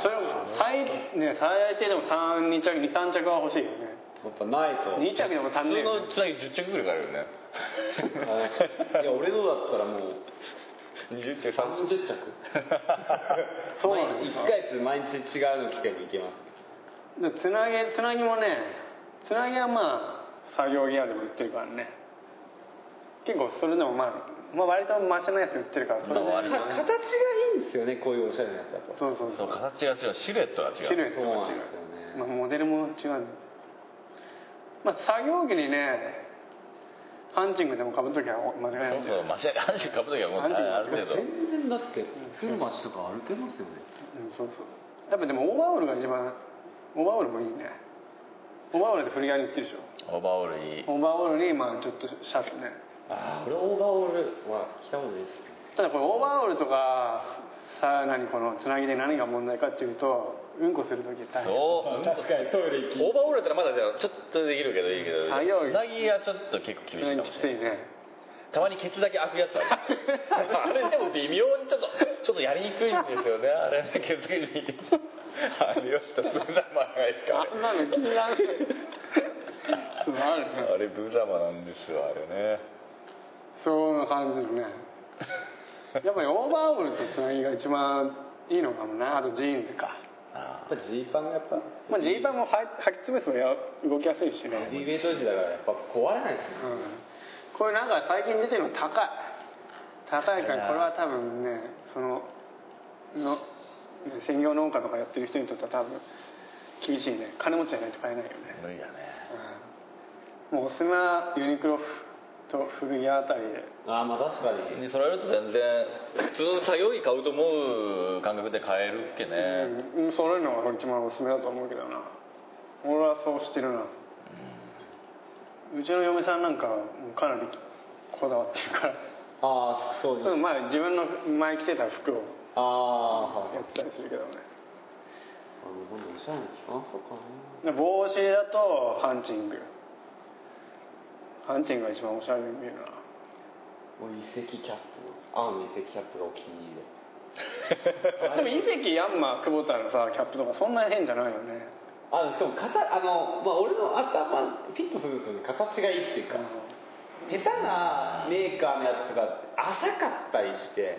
[SPEAKER 1] それも最,、ね、最低でも32着23着は欲しいよね
[SPEAKER 3] やっぱないと
[SPEAKER 1] 2着でも足んねえよ
[SPEAKER 2] 普通のつなぎ10着ぐらい買えるよね
[SPEAKER 3] いや俺のだったらもう
[SPEAKER 2] 20着30
[SPEAKER 3] 30着
[SPEAKER 1] そうなの
[SPEAKER 3] 1ヶ月毎日違うの着てもいけます
[SPEAKER 1] でつなげつなぎもねつなぎはまあ作業ギアでも売ってるからね結構それでもまあ、まあ、割とマシなやつ売ってるからそれで
[SPEAKER 2] まあ割
[SPEAKER 3] か
[SPEAKER 2] と
[SPEAKER 3] 形がいいんですよねこういうおしゃれなやつだと
[SPEAKER 1] そうそうそ
[SPEAKER 2] そ
[SPEAKER 1] うう
[SPEAKER 2] 形が違うシルエットが違う
[SPEAKER 1] シルエットが違うま
[SPEAKER 3] そうなんですよね
[SPEAKER 1] あ、モデルも違うんだまあ、作業着にねハンチングでもかぶときは間違いないんだよ
[SPEAKER 2] そうそう間違い阪神かぶときはもうあ
[SPEAKER 1] 阪神
[SPEAKER 2] ある程度
[SPEAKER 3] 全然だって古町とか歩けますよね
[SPEAKER 1] うんそうそうやっぱでもオーバーオールが一番オーバーオールもいいねオーバーオールで振り返り売ってるでしょ
[SPEAKER 2] オーバーオールいい
[SPEAKER 1] オーバーオールにまあちょっとシャツね
[SPEAKER 3] ああ俺オーバーオールは着たものです
[SPEAKER 1] ただこれオーバーオールとかさらにこのつなぎで何が問題かっていうとうんこする時大変
[SPEAKER 2] そう
[SPEAKER 3] 確かにトイレ行き
[SPEAKER 2] オーバーオールだったらまだじゃあちょっとできるけどいいけど
[SPEAKER 1] 作業着
[SPEAKER 2] つなぎはちょっと結構
[SPEAKER 1] き
[SPEAKER 2] 厳しいかもし
[SPEAKER 1] つ
[SPEAKER 2] れない
[SPEAKER 1] いね
[SPEAKER 2] たまにケツだけ開くやつあるあれでも微妙にちょっとちょっとやりにくいんですよねあれねケツに有吉とブザマがいるか
[SPEAKER 1] あんなの気になるそうあるね
[SPEAKER 2] らあれブザマなんですよあれね
[SPEAKER 1] そんな感じのねやっぱりオーバーオールとつなぎが一番いいのかもなあとジーンズか
[SPEAKER 2] あ
[SPEAKER 3] やっぱジーパンがやっぱ
[SPEAKER 1] まあジーパンもは履き潰すのや動きやすいしね、
[SPEAKER 3] ディベート時だからやっぱ壊れないですね
[SPEAKER 1] うん、これなんか最近出てるの高い高いからこれは多分ねそののね専業農家とかやってる人にとっては多分厳しいね金持ちじゃないと買えないよね、
[SPEAKER 2] ー無理だね
[SPEAKER 1] うん、もうおすすめはユニクロと古着あたりで
[SPEAKER 3] ああまあ確かに
[SPEAKER 2] でそれやると全然普通の作業着買うと思う感覚で買えるっけね、
[SPEAKER 1] うん、そういうのが一番おすすめだと思うけどな俺はそうしてるな、うちの嫁さんなんかはもうかなりこだわってるから、
[SPEAKER 3] ああ服装
[SPEAKER 1] う
[SPEAKER 3] に
[SPEAKER 1] ん、まあ自分の前着てた服を
[SPEAKER 3] ああはい
[SPEAKER 1] やってたりするけどね
[SPEAKER 3] あの今度おしゃれな着こなそうかな
[SPEAKER 1] で帽子だとハンチングハンチングが一番おしゃれに見えるな
[SPEAKER 3] 俺遺跡キャップのあの遺跡キャップがお気に入りで
[SPEAKER 1] でも井関ヤンマ久保田のさキャップとかそんなに変じゃないよね
[SPEAKER 3] あしかも型あの、まあ、俺の頭フィットするんですよね形がいいっていうか下手なメーカーのやつが浅かったりして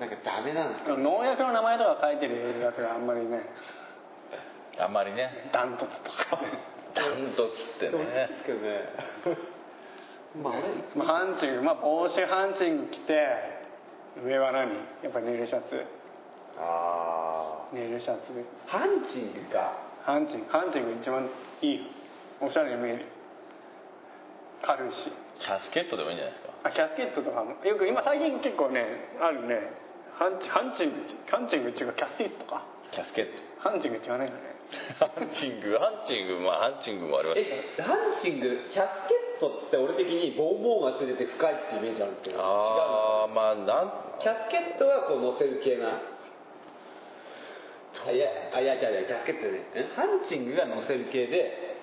[SPEAKER 3] なんかダメなんですか
[SPEAKER 1] 農薬の名前とか書いてるやつがあんまりね
[SPEAKER 2] あんまりね
[SPEAKER 1] ダントツとか
[SPEAKER 2] ダントツって
[SPEAKER 3] どう
[SPEAKER 2] ね
[SPEAKER 3] ですけどね まあ俺いつも
[SPEAKER 1] まあ、ハンチング、まあ、帽子ハンチング着て上は何やっぱネイルシャツ
[SPEAKER 3] あ
[SPEAKER 1] ネイルシャツ
[SPEAKER 3] あハンチングか
[SPEAKER 1] ハンチングハンチング一番いいよおしゃれに見える軽いし
[SPEAKER 2] キャスケットでもいいんじゃないですか
[SPEAKER 1] あキャスケットとかもよく今最近結構ねあるねハンチハンチングハンチングっていうかキャスケットか
[SPEAKER 2] キャスケット
[SPEAKER 1] ハンチングって言わないよね
[SPEAKER 2] ハンチングハンチングまあハンチングもあります
[SPEAKER 3] えハンチングキャスケットって俺的にボンボンがついてて深いっていうイメージあるんですけど違う
[SPEAKER 2] ああまあなん
[SPEAKER 3] キャスケットはこう乗せる系なあいやあいや違う違うキャスケットじゃないんハンチングが乗せる系で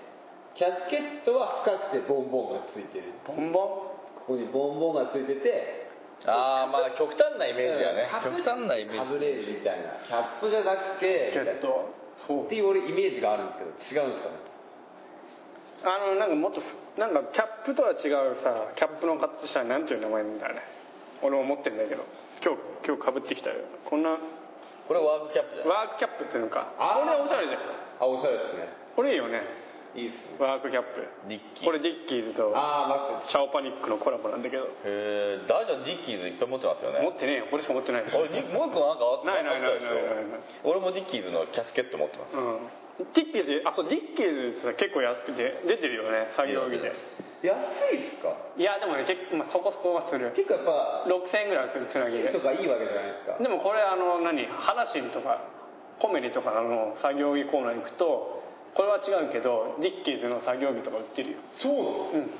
[SPEAKER 3] キャスケットは深くてボンボンがついてる
[SPEAKER 1] ボンボン
[SPEAKER 3] ここにボンボンがついてて
[SPEAKER 2] ああまあ極端なイメージだね
[SPEAKER 3] カブ
[SPEAKER 2] 極端なイメー
[SPEAKER 3] カブ
[SPEAKER 2] ジ
[SPEAKER 3] レーズみたいなキャップじゃなくて
[SPEAKER 1] キャスケットそう
[SPEAKER 3] っていう俺イメージがあるんですけど違うんですかね
[SPEAKER 1] あのなんかもっとふなんかキャップとは違うさキャップの形したらなんていう名前なんだあれ俺も持ってるんだけど今日今日かぶってきたよこんなワ
[SPEAKER 2] これワークキャップじゃない
[SPEAKER 1] ークキャップっていうのか
[SPEAKER 3] あー
[SPEAKER 1] これおしゃれじゃん
[SPEAKER 3] あおしゃれです
[SPEAKER 1] これいいよね
[SPEAKER 3] ねいいですね
[SPEAKER 1] ワークキャッ
[SPEAKER 2] ディッ
[SPEAKER 1] プ
[SPEAKER 2] キー
[SPEAKER 1] これ
[SPEAKER 2] へ
[SPEAKER 1] ディッキーズと
[SPEAKER 3] ああマッ
[SPEAKER 1] シ
[SPEAKER 3] ク
[SPEAKER 1] ャオパニックのコラボなんだけど
[SPEAKER 2] え大丈夫ディッキーズいっぱい持ってますよ
[SPEAKER 1] 持っ
[SPEAKER 2] ね
[SPEAKER 1] てねえよこれしか持ってない
[SPEAKER 2] 俺ディもう一個なんかあっ
[SPEAKER 1] な
[SPEAKER 2] た
[SPEAKER 1] いないない
[SPEAKER 2] あったでし
[SPEAKER 1] ないないない
[SPEAKER 2] ょ俺もディッキーズのキャスケット持ってます
[SPEAKER 1] うんディッキーズあそうディッキーズさ結構安くて出てるよね作業着で
[SPEAKER 3] 安いっすか
[SPEAKER 1] いやでもね結構、まあ、そこそこはする
[SPEAKER 3] 結構やっぱ
[SPEAKER 1] 6000円ぐらいするつなぎで
[SPEAKER 3] 金とかいいわけじゃないですか
[SPEAKER 1] でもこれあの何ハナシンとかコメリとかの作業着コーナー行くとこれは違うけどディッキーズの作業着とか売ってるよ
[SPEAKER 3] そう
[SPEAKER 1] うん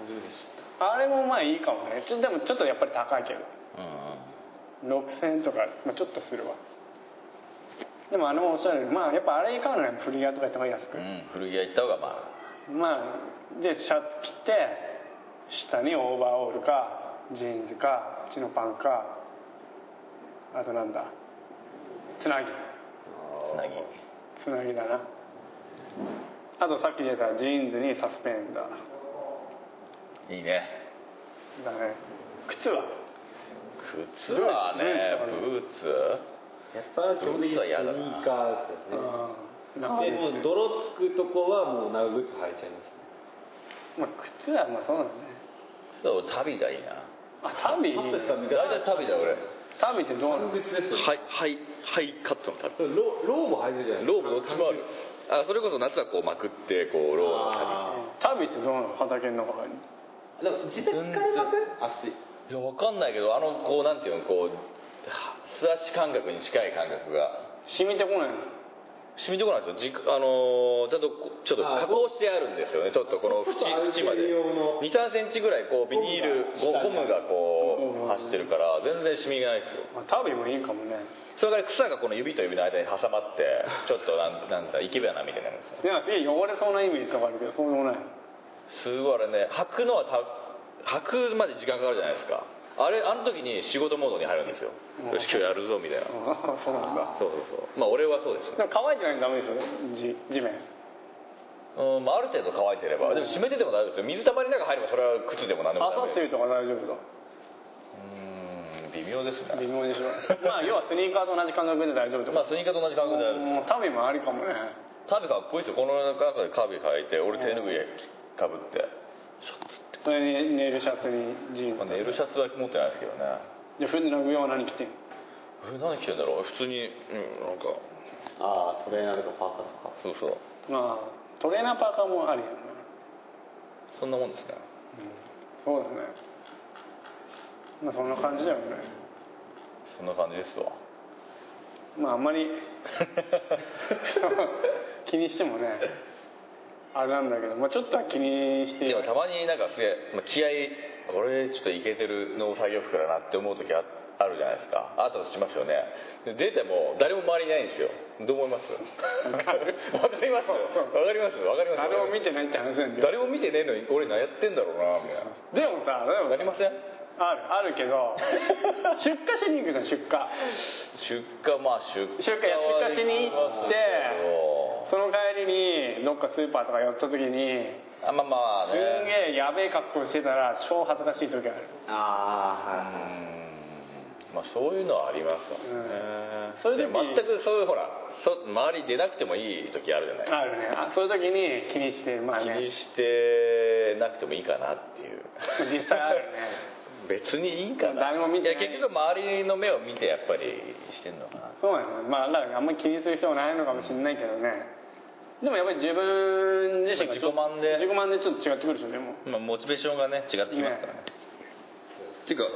[SPEAKER 3] 初めて知っ
[SPEAKER 1] あれもまあいいかもねちょでもちょっとやっぱり高いけ
[SPEAKER 2] うんうん
[SPEAKER 1] ど6000円とか、まあ、ちょっとするわでもあれもおしゃれまあやっぱあれ買うならフリーアとか行った方が安く、
[SPEAKER 2] うん古着屋行った方がま
[SPEAKER 1] まあでシャツ着て下にオーバーオールかジーンズかチノパンかあとなんだつなぎ
[SPEAKER 2] あつなぎ
[SPEAKER 1] つなぎだなあとさっき出たジーンズにサスペンダー
[SPEAKER 2] いいね
[SPEAKER 1] だね靴は
[SPEAKER 2] 靴はね
[SPEAKER 1] ブ
[SPEAKER 2] ブーツ
[SPEAKER 3] たやっぱ基本的にスニーカーですよね
[SPEAKER 1] 長
[SPEAKER 3] で
[SPEAKER 1] い
[SPEAKER 3] もう
[SPEAKER 1] 靴
[SPEAKER 3] 泥つくとこはもう長靴履いちゃい
[SPEAKER 1] ま
[SPEAKER 3] ますね
[SPEAKER 1] あ靴はまあそうだね
[SPEAKER 2] そう旅がいいな
[SPEAKER 1] あタビ
[SPEAKER 3] タペさん
[SPEAKER 2] 大
[SPEAKER 3] 見た
[SPEAKER 2] 体旅だ俺
[SPEAKER 1] タビってどうなの
[SPEAKER 3] 長靴ですよね
[SPEAKER 2] ハイハイハイカットの旅
[SPEAKER 3] そうロローも履いてるじゃない
[SPEAKER 2] ローブどっちもあるあそれこそ夏はこうまくってこうローブの
[SPEAKER 3] あ
[SPEAKER 1] タビってどうなの畑の中に
[SPEAKER 3] ーでも地べつかれます足
[SPEAKER 2] 旅いやわかんないけどあのこうなんていうのこうは素足感覚に近い感覚が
[SPEAKER 1] 染みてこないの
[SPEAKER 2] 染みてこないんですよじあのーちゃんとこうちょっと加工してあるんですよねちょっとこの縁
[SPEAKER 4] ちょっと
[SPEAKER 2] 縁まで
[SPEAKER 4] 歩ける用の
[SPEAKER 2] 23センチぐらいこうビニール
[SPEAKER 4] ゴムが
[SPEAKER 2] ゴムがこう走ってるから全然染みがないですよ
[SPEAKER 1] まあ、タービンもいいかもね
[SPEAKER 2] それから草がこの指と指の間に挟まってちょっとなんなんだ生け花みたいになるんですよ
[SPEAKER 1] いや手汚れそうなイメージとかあるけどそうでもない
[SPEAKER 2] すごいあれね履くのはた履くまで時間かかるじゃないですかあれあの時に仕事モードに入るんですよ
[SPEAKER 1] うん
[SPEAKER 2] よし今日やるぞみたいな
[SPEAKER 1] あそうなんだ
[SPEAKER 2] そうそうそうまあ俺はそうです
[SPEAKER 1] でも乾いてないとダメでしょ地地面
[SPEAKER 2] うんまあある程度乾いてればでも湿ってても大丈夫ですよ水たまりの中入ればそれは靴でも何でも
[SPEAKER 1] 朝
[SPEAKER 2] 大丈夫
[SPEAKER 1] 露とか大丈夫だ
[SPEAKER 2] うーん微妙です
[SPEAKER 1] 微
[SPEAKER 2] ね
[SPEAKER 1] 妙 でしょまあ要はスニーカーと同じ感覚で大丈夫ってこと
[SPEAKER 2] まあスニーカーと同じ感覚である
[SPEAKER 1] もうタービンもありかもね
[SPEAKER 2] タビかっこいいですよこの中でカービ履いて俺手拭いかぶって
[SPEAKER 1] それにネイルシャツにジーンズ
[SPEAKER 2] まあネイルシャツは持ってないですけどね
[SPEAKER 1] じゃあ普段の上は何着てんの
[SPEAKER 2] え何着てんだろう普通にうんなんか
[SPEAKER 4] ああトレーナーとかパーカーとか
[SPEAKER 2] そうそう
[SPEAKER 1] まあトレーナーパーカーもありやね、
[SPEAKER 2] そんなもんですね
[SPEAKER 1] そうだねまあそんな感じだよね
[SPEAKER 2] そんな感じですわ
[SPEAKER 1] まああんま り気にしてもねあれなんだけど、まあ、ちょっとは気にして
[SPEAKER 2] でもたまになんかすげえ、まあ、気合いこれちょっといけてる農作業服だなって思う時ああるじゃないですかあったとしますよねで出ても誰も周りにないんですよどう 思いますわかりますよわかりますわかりま
[SPEAKER 1] あ
[SPEAKER 2] す
[SPEAKER 1] れを見てないって話なんだよ
[SPEAKER 2] 誰も見てねえのに俺何やってんだろうなみたいな
[SPEAKER 1] でもさでも
[SPEAKER 2] なりません
[SPEAKER 1] あるあるけ ど出荷しに行くじゃん出荷
[SPEAKER 2] 出荷まあ出荷
[SPEAKER 1] 出荷いや
[SPEAKER 2] は
[SPEAKER 1] 出荷しに行って
[SPEAKER 2] できますけど
[SPEAKER 1] その帰りにどっかスーパーとか寄った時に
[SPEAKER 2] あまあまあ
[SPEAKER 1] すん
[SPEAKER 2] ね
[SPEAKER 1] げえやべえ格好してたら超恥ずかしい時ある
[SPEAKER 4] あ
[SPEAKER 2] うーんまあそういうのはありますわ
[SPEAKER 1] うん
[SPEAKER 2] ね、
[SPEAKER 1] そういう時
[SPEAKER 2] で全くそういうほらそ周り出なくてもいい時あるじゃない
[SPEAKER 1] あるねあそういう時に気にしてまあ
[SPEAKER 2] 気に
[SPEAKER 1] ね
[SPEAKER 2] してなくてもいいかなっていう
[SPEAKER 1] 実際あるね
[SPEAKER 2] 別にいいかな
[SPEAKER 1] 誰も見てない
[SPEAKER 2] や結局周りの目を見てやっぱりしてんのかな
[SPEAKER 1] そうなの、ね、まあだからあんまり気にする必要ないのかもしれないけどねでもやっぱり自分自身がちょっと
[SPEAKER 2] まあ自己満で
[SPEAKER 1] 自己満でちょっと違ってくるでしょでも
[SPEAKER 2] まあモチベーションがね違ってきますからね
[SPEAKER 1] ね
[SPEAKER 2] ていうか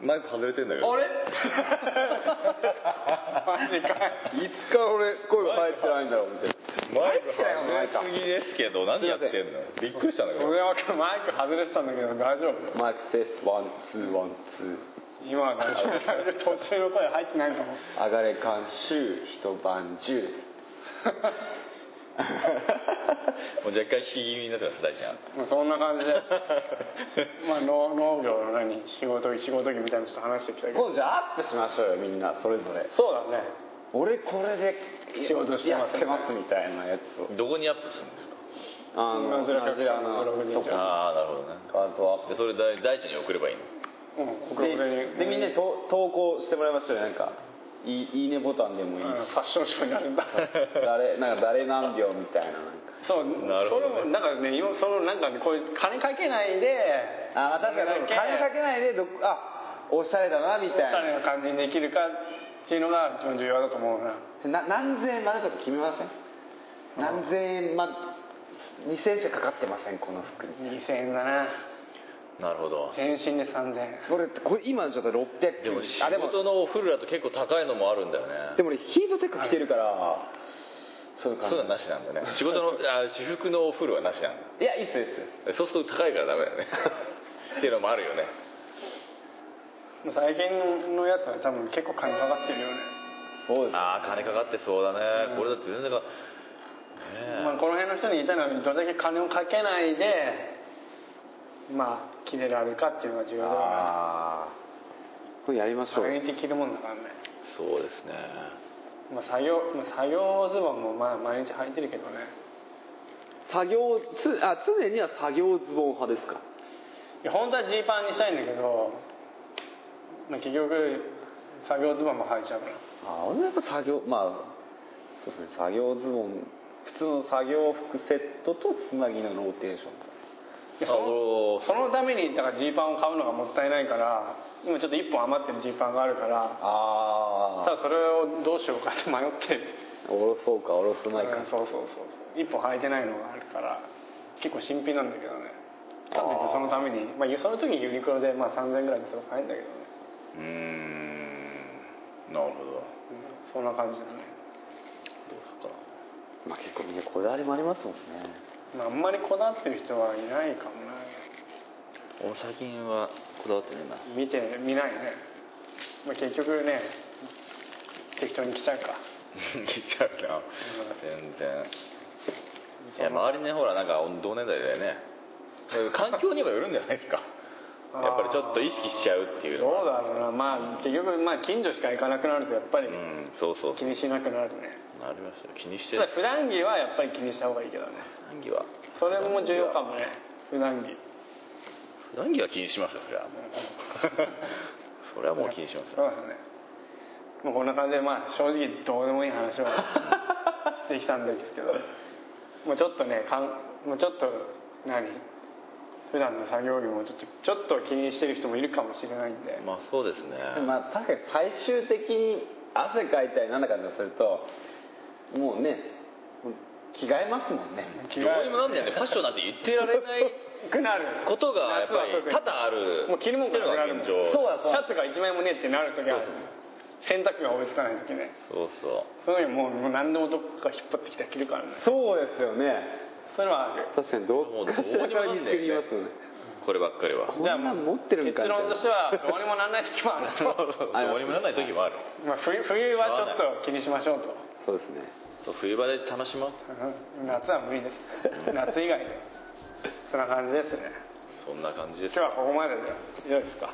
[SPEAKER 2] マイク外れてんだけど
[SPEAKER 1] あれ マジか
[SPEAKER 3] いつから俺声が入ってないんだろうみたいな
[SPEAKER 2] マイク外れすぎですけど何やってんのびっくりしたんだけど
[SPEAKER 1] 俺はマイク外れてたんだけど大丈夫
[SPEAKER 3] マイクテストワンツーワンツー
[SPEAKER 1] 今は大丈夫途中の声入ってないかも
[SPEAKER 3] あがれ監修一晩中
[SPEAKER 2] もう若干引き気味になってます大ちゃん
[SPEAKER 1] まあそんな感じでまあ農農業の何仕事着仕事着みたいなのちょっと話してきたけど
[SPEAKER 3] 今度じゃあアップしましょうよみんなそれぞれ
[SPEAKER 1] そうだね
[SPEAKER 3] 俺これで
[SPEAKER 1] 仕事してます
[SPEAKER 3] やってますみたいなやつを
[SPEAKER 2] どこにアップするんですか
[SPEAKER 3] あ
[SPEAKER 1] マ
[SPEAKER 3] の
[SPEAKER 1] ジラ
[SPEAKER 3] マジラ
[SPEAKER 1] ブログに
[SPEAKER 3] のと
[SPEAKER 1] じ
[SPEAKER 3] こ
[SPEAKER 1] ゃ
[SPEAKER 2] ああなるほどね
[SPEAKER 3] あとアッ
[SPEAKER 2] で
[SPEAKER 3] プ
[SPEAKER 2] それ大大地に送ればいいの
[SPEAKER 1] うん国
[SPEAKER 3] で
[SPEAKER 1] に
[SPEAKER 3] でみんなにと投稿してもらいましょうよなんかいいいいねボタンでもいい
[SPEAKER 1] うん
[SPEAKER 3] し、
[SPEAKER 1] ファッションショーになるんだ
[SPEAKER 3] 誰なんか誰何秒みたいななんか
[SPEAKER 1] そう
[SPEAKER 2] なるほど
[SPEAKER 1] それ
[SPEAKER 2] ね
[SPEAKER 1] もなんかね今そのなんかねこういう金かけないで
[SPEAKER 3] あまあ確かに
[SPEAKER 1] なん
[SPEAKER 3] 金かけないでどっあおしゃれだな
[SPEAKER 1] お
[SPEAKER 3] み
[SPEAKER 1] した
[SPEAKER 3] い
[SPEAKER 1] ゃれな感じにできるかっていうのが一番重要だと思うな
[SPEAKER 3] なな何千円までとか決めません何千円ま2000円しかかかってませんこの服に
[SPEAKER 1] 2000円だな
[SPEAKER 2] なるほど
[SPEAKER 1] 全身で3000円
[SPEAKER 3] 俺これ今の状態600円
[SPEAKER 2] でも仕
[SPEAKER 3] あでも
[SPEAKER 2] 事のお風呂だと結構高いのもあるんだよね
[SPEAKER 3] でも俺ヒートテック着てるからそういう感
[SPEAKER 2] そういうのはなしなんだね 仕事のあ私服のお風呂はなしなん
[SPEAKER 3] じいやいいっすいいっす
[SPEAKER 2] だそうすると高いからダメだよね っていうのもあるよね
[SPEAKER 1] 最近のやつは多分結構金かかってるよね、
[SPEAKER 3] そうです
[SPEAKER 2] ああ金かかってそうだねこれだって全然かねえ
[SPEAKER 1] まあ、この辺の人に言いたいのはどれだけ金をかけないでまあ着れられるかっていうのが重要だよね
[SPEAKER 3] あーこれやりましょう
[SPEAKER 1] 毎日着るもんだからね、
[SPEAKER 2] そうですね
[SPEAKER 1] まあ、作業、まあ、作業ズボンもまあ毎日履いてるけどね
[SPEAKER 3] 作業つあ常には作業ズボン派ですか
[SPEAKER 1] いや本当はジーパンにしたいんだけど、まあ、結局作業ズボンも履いちゃうから
[SPEAKER 3] あ俺はやっぱ作業まあそうですね作業ズボン普通の作業服セットとつなぎのローテーション
[SPEAKER 1] いやそ
[SPEAKER 2] あ
[SPEAKER 1] の
[SPEAKER 2] の
[SPEAKER 1] そのためにだからジーパンを買うのがもったいないから今ちょっと1本余ってるジーパンがあるから
[SPEAKER 3] あ
[SPEAKER 1] ただそれをどうしようかって迷って
[SPEAKER 3] あおろそうかおろすまいか
[SPEAKER 1] うんそうそうそうそう一本履いてないのがあるから結構新品なんだけどねかといってそのためにまあその時にユニクロでまあ3000円ぐらいですごく買えるんだけどね、
[SPEAKER 2] うーんなるほど
[SPEAKER 1] うんそんな感じだね
[SPEAKER 2] どうするか
[SPEAKER 3] まあ結構みんなこだわりもありますもんね
[SPEAKER 1] まあ、あんまりこだわってる人はいないかもな
[SPEAKER 5] 俺最近はこだわってねえな
[SPEAKER 1] 見て見ないね、まあ、結局ね適当に来ちゃうか
[SPEAKER 2] 見ちゃうな全然いや周りねほらなんか同年代だよねそういう環境にもよるんじゃないですか
[SPEAKER 1] あー
[SPEAKER 2] やっぱりちょっと意識しちゃうっていう
[SPEAKER 1] ど
[SPEAKER 2] の
[SPEAKER 1] う
[SPEAKER 2] は
[SPEAKER 1] だろうなまあ結局まあ近所しか行かなくなるとやっぱり
[SPEAKER 2] うんそうそう
[SPEAKER 1] 気にしなくなるね
[SPEAKER 2] なりましたよ気にして
[SPEAKER 1] ただ普段着はやっぱり気にした方がいいけどね
[SPEAKER 2] 談義は
[SPEAKER 1] それも重要かもね普段着
[SPEAKER 2] 談義は気にしますよそれはもう それはもう気にします
[SPEAKER 1] そう
[SPEAKER 2] よ
[SPEAKER 1] だねもうこんな感じでまあ正直どうでもいい話をし てきたんですけどもうちょっとねかんもうちょっと何普段の作業着もちょっとちょっと気にしてる人もいるかもしれないんで、
[SPEAKER 2] まあそうですね
[SPEAKER 3] まあ確かに最終的に汗かいたりなんだかんだするともうね着替えますもんね
[SPEAKER 1] 着
[SPEAKER 2] ど
[SPEAKER 1] 替
[SPEAKER 2] うにもなんだよねファッションなんて言ってられない
[SPEAKER 1] えくなる
[SPEAKER 2] ことがやっぱり
[SPEAKER 1] 夏は
[SPEAKER 2] 多
[SPEAKER 1] 特に
[SPEAKER 2] 々ある
[SPEAKER 1] もう着るもんがなくなるもん
[SPEAKER 2] っていうのが現状
[SPEAKER 1] そうだそうだシャツが一枚もねえってなるときは洗濯が追いつかないときね
[SPEAKER 2] そうそ
[SPEAKER 1] その時もうもう何でもどっか引っ張ってきて着るからね
[SPEAKER 3] そうですよね
[SPEAKER 1] そういうのはある
[SPEAKER 3] 確かにどっかしらから
[SPEAKER 2] もうどうにもなんだよね
[SPEAKER 3] 作りますよね
[SPEAKER 2] うこればっかりは
[SPEAKER 3] こんなん持ってるんか
[SPEAKER 1] 結
[SPEAKER 3] みたい
[SPEAKER 1] 論と
[SPEAKER 3] な
[SPEAKER 1] してはどうにもなんない時もあ ると
[SPEAKER 2] どうにもならない時もある
[SPEAKER 1] まあ冬冬はちょっと気にしましょうと
[SPEAKER 3] そうですね
[SPEAKER 2] そう冬場で楽しもう
[SPEAKER 1] うん夏は無理です夏以外でそんな感じですね
[SPEAKER 2] そんな感じです
[SPEAKER 1] 今日はここまででよいですか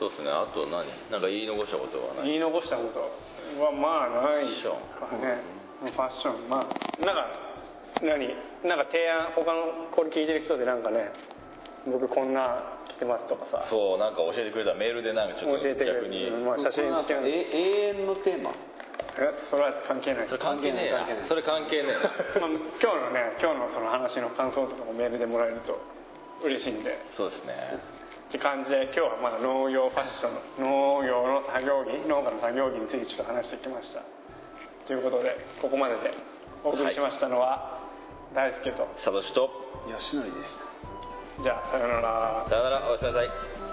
[SPEAKER 2] そうですねあと何なんか言い残したことはない
[SPEAKER 1] 言い残したことはまあないかねファッションまあなんか何なんか提案他のこれ聞いてる人でなんかね僕こんな着てますとかさ
[SPEAKER 2] そうなんか教えてくれたメールでなんかちょっと
[SPEAKER 1] 教えてくれ
[SPEAKER 2] 逆に、
[SPEAKER 1] うんまあ、写真つけるえ
[SPEAKER 3] え永遠のテーマ
[SPEAKER 1] それは関係ない
[SPEAKER 2] それ関係ねえ
[SPEAKER 3] 関係な
[SPEAKER 2] ないそれ関係ねえ
[SPEAKER 1] ま
[SPEAKER 2] な
[SPEAKER 1] あ、今日のね今日のその話の感想とかもメールでもらえると嬉しいんで
[SPEAKER 2] そうですね
[SPEAKER 1] って感じで今日はまあ農業ファッション農業の作業着農家の作業着についてちょっと話してきましたということでここまででお送りしましたのは大輔と
[SPEAKER 2] サトシと
[SPEAKER 3] 吉典でした
[SPEAKER 1] じゃあさようなら
[SPEAKER 2] さよならおやすみなさい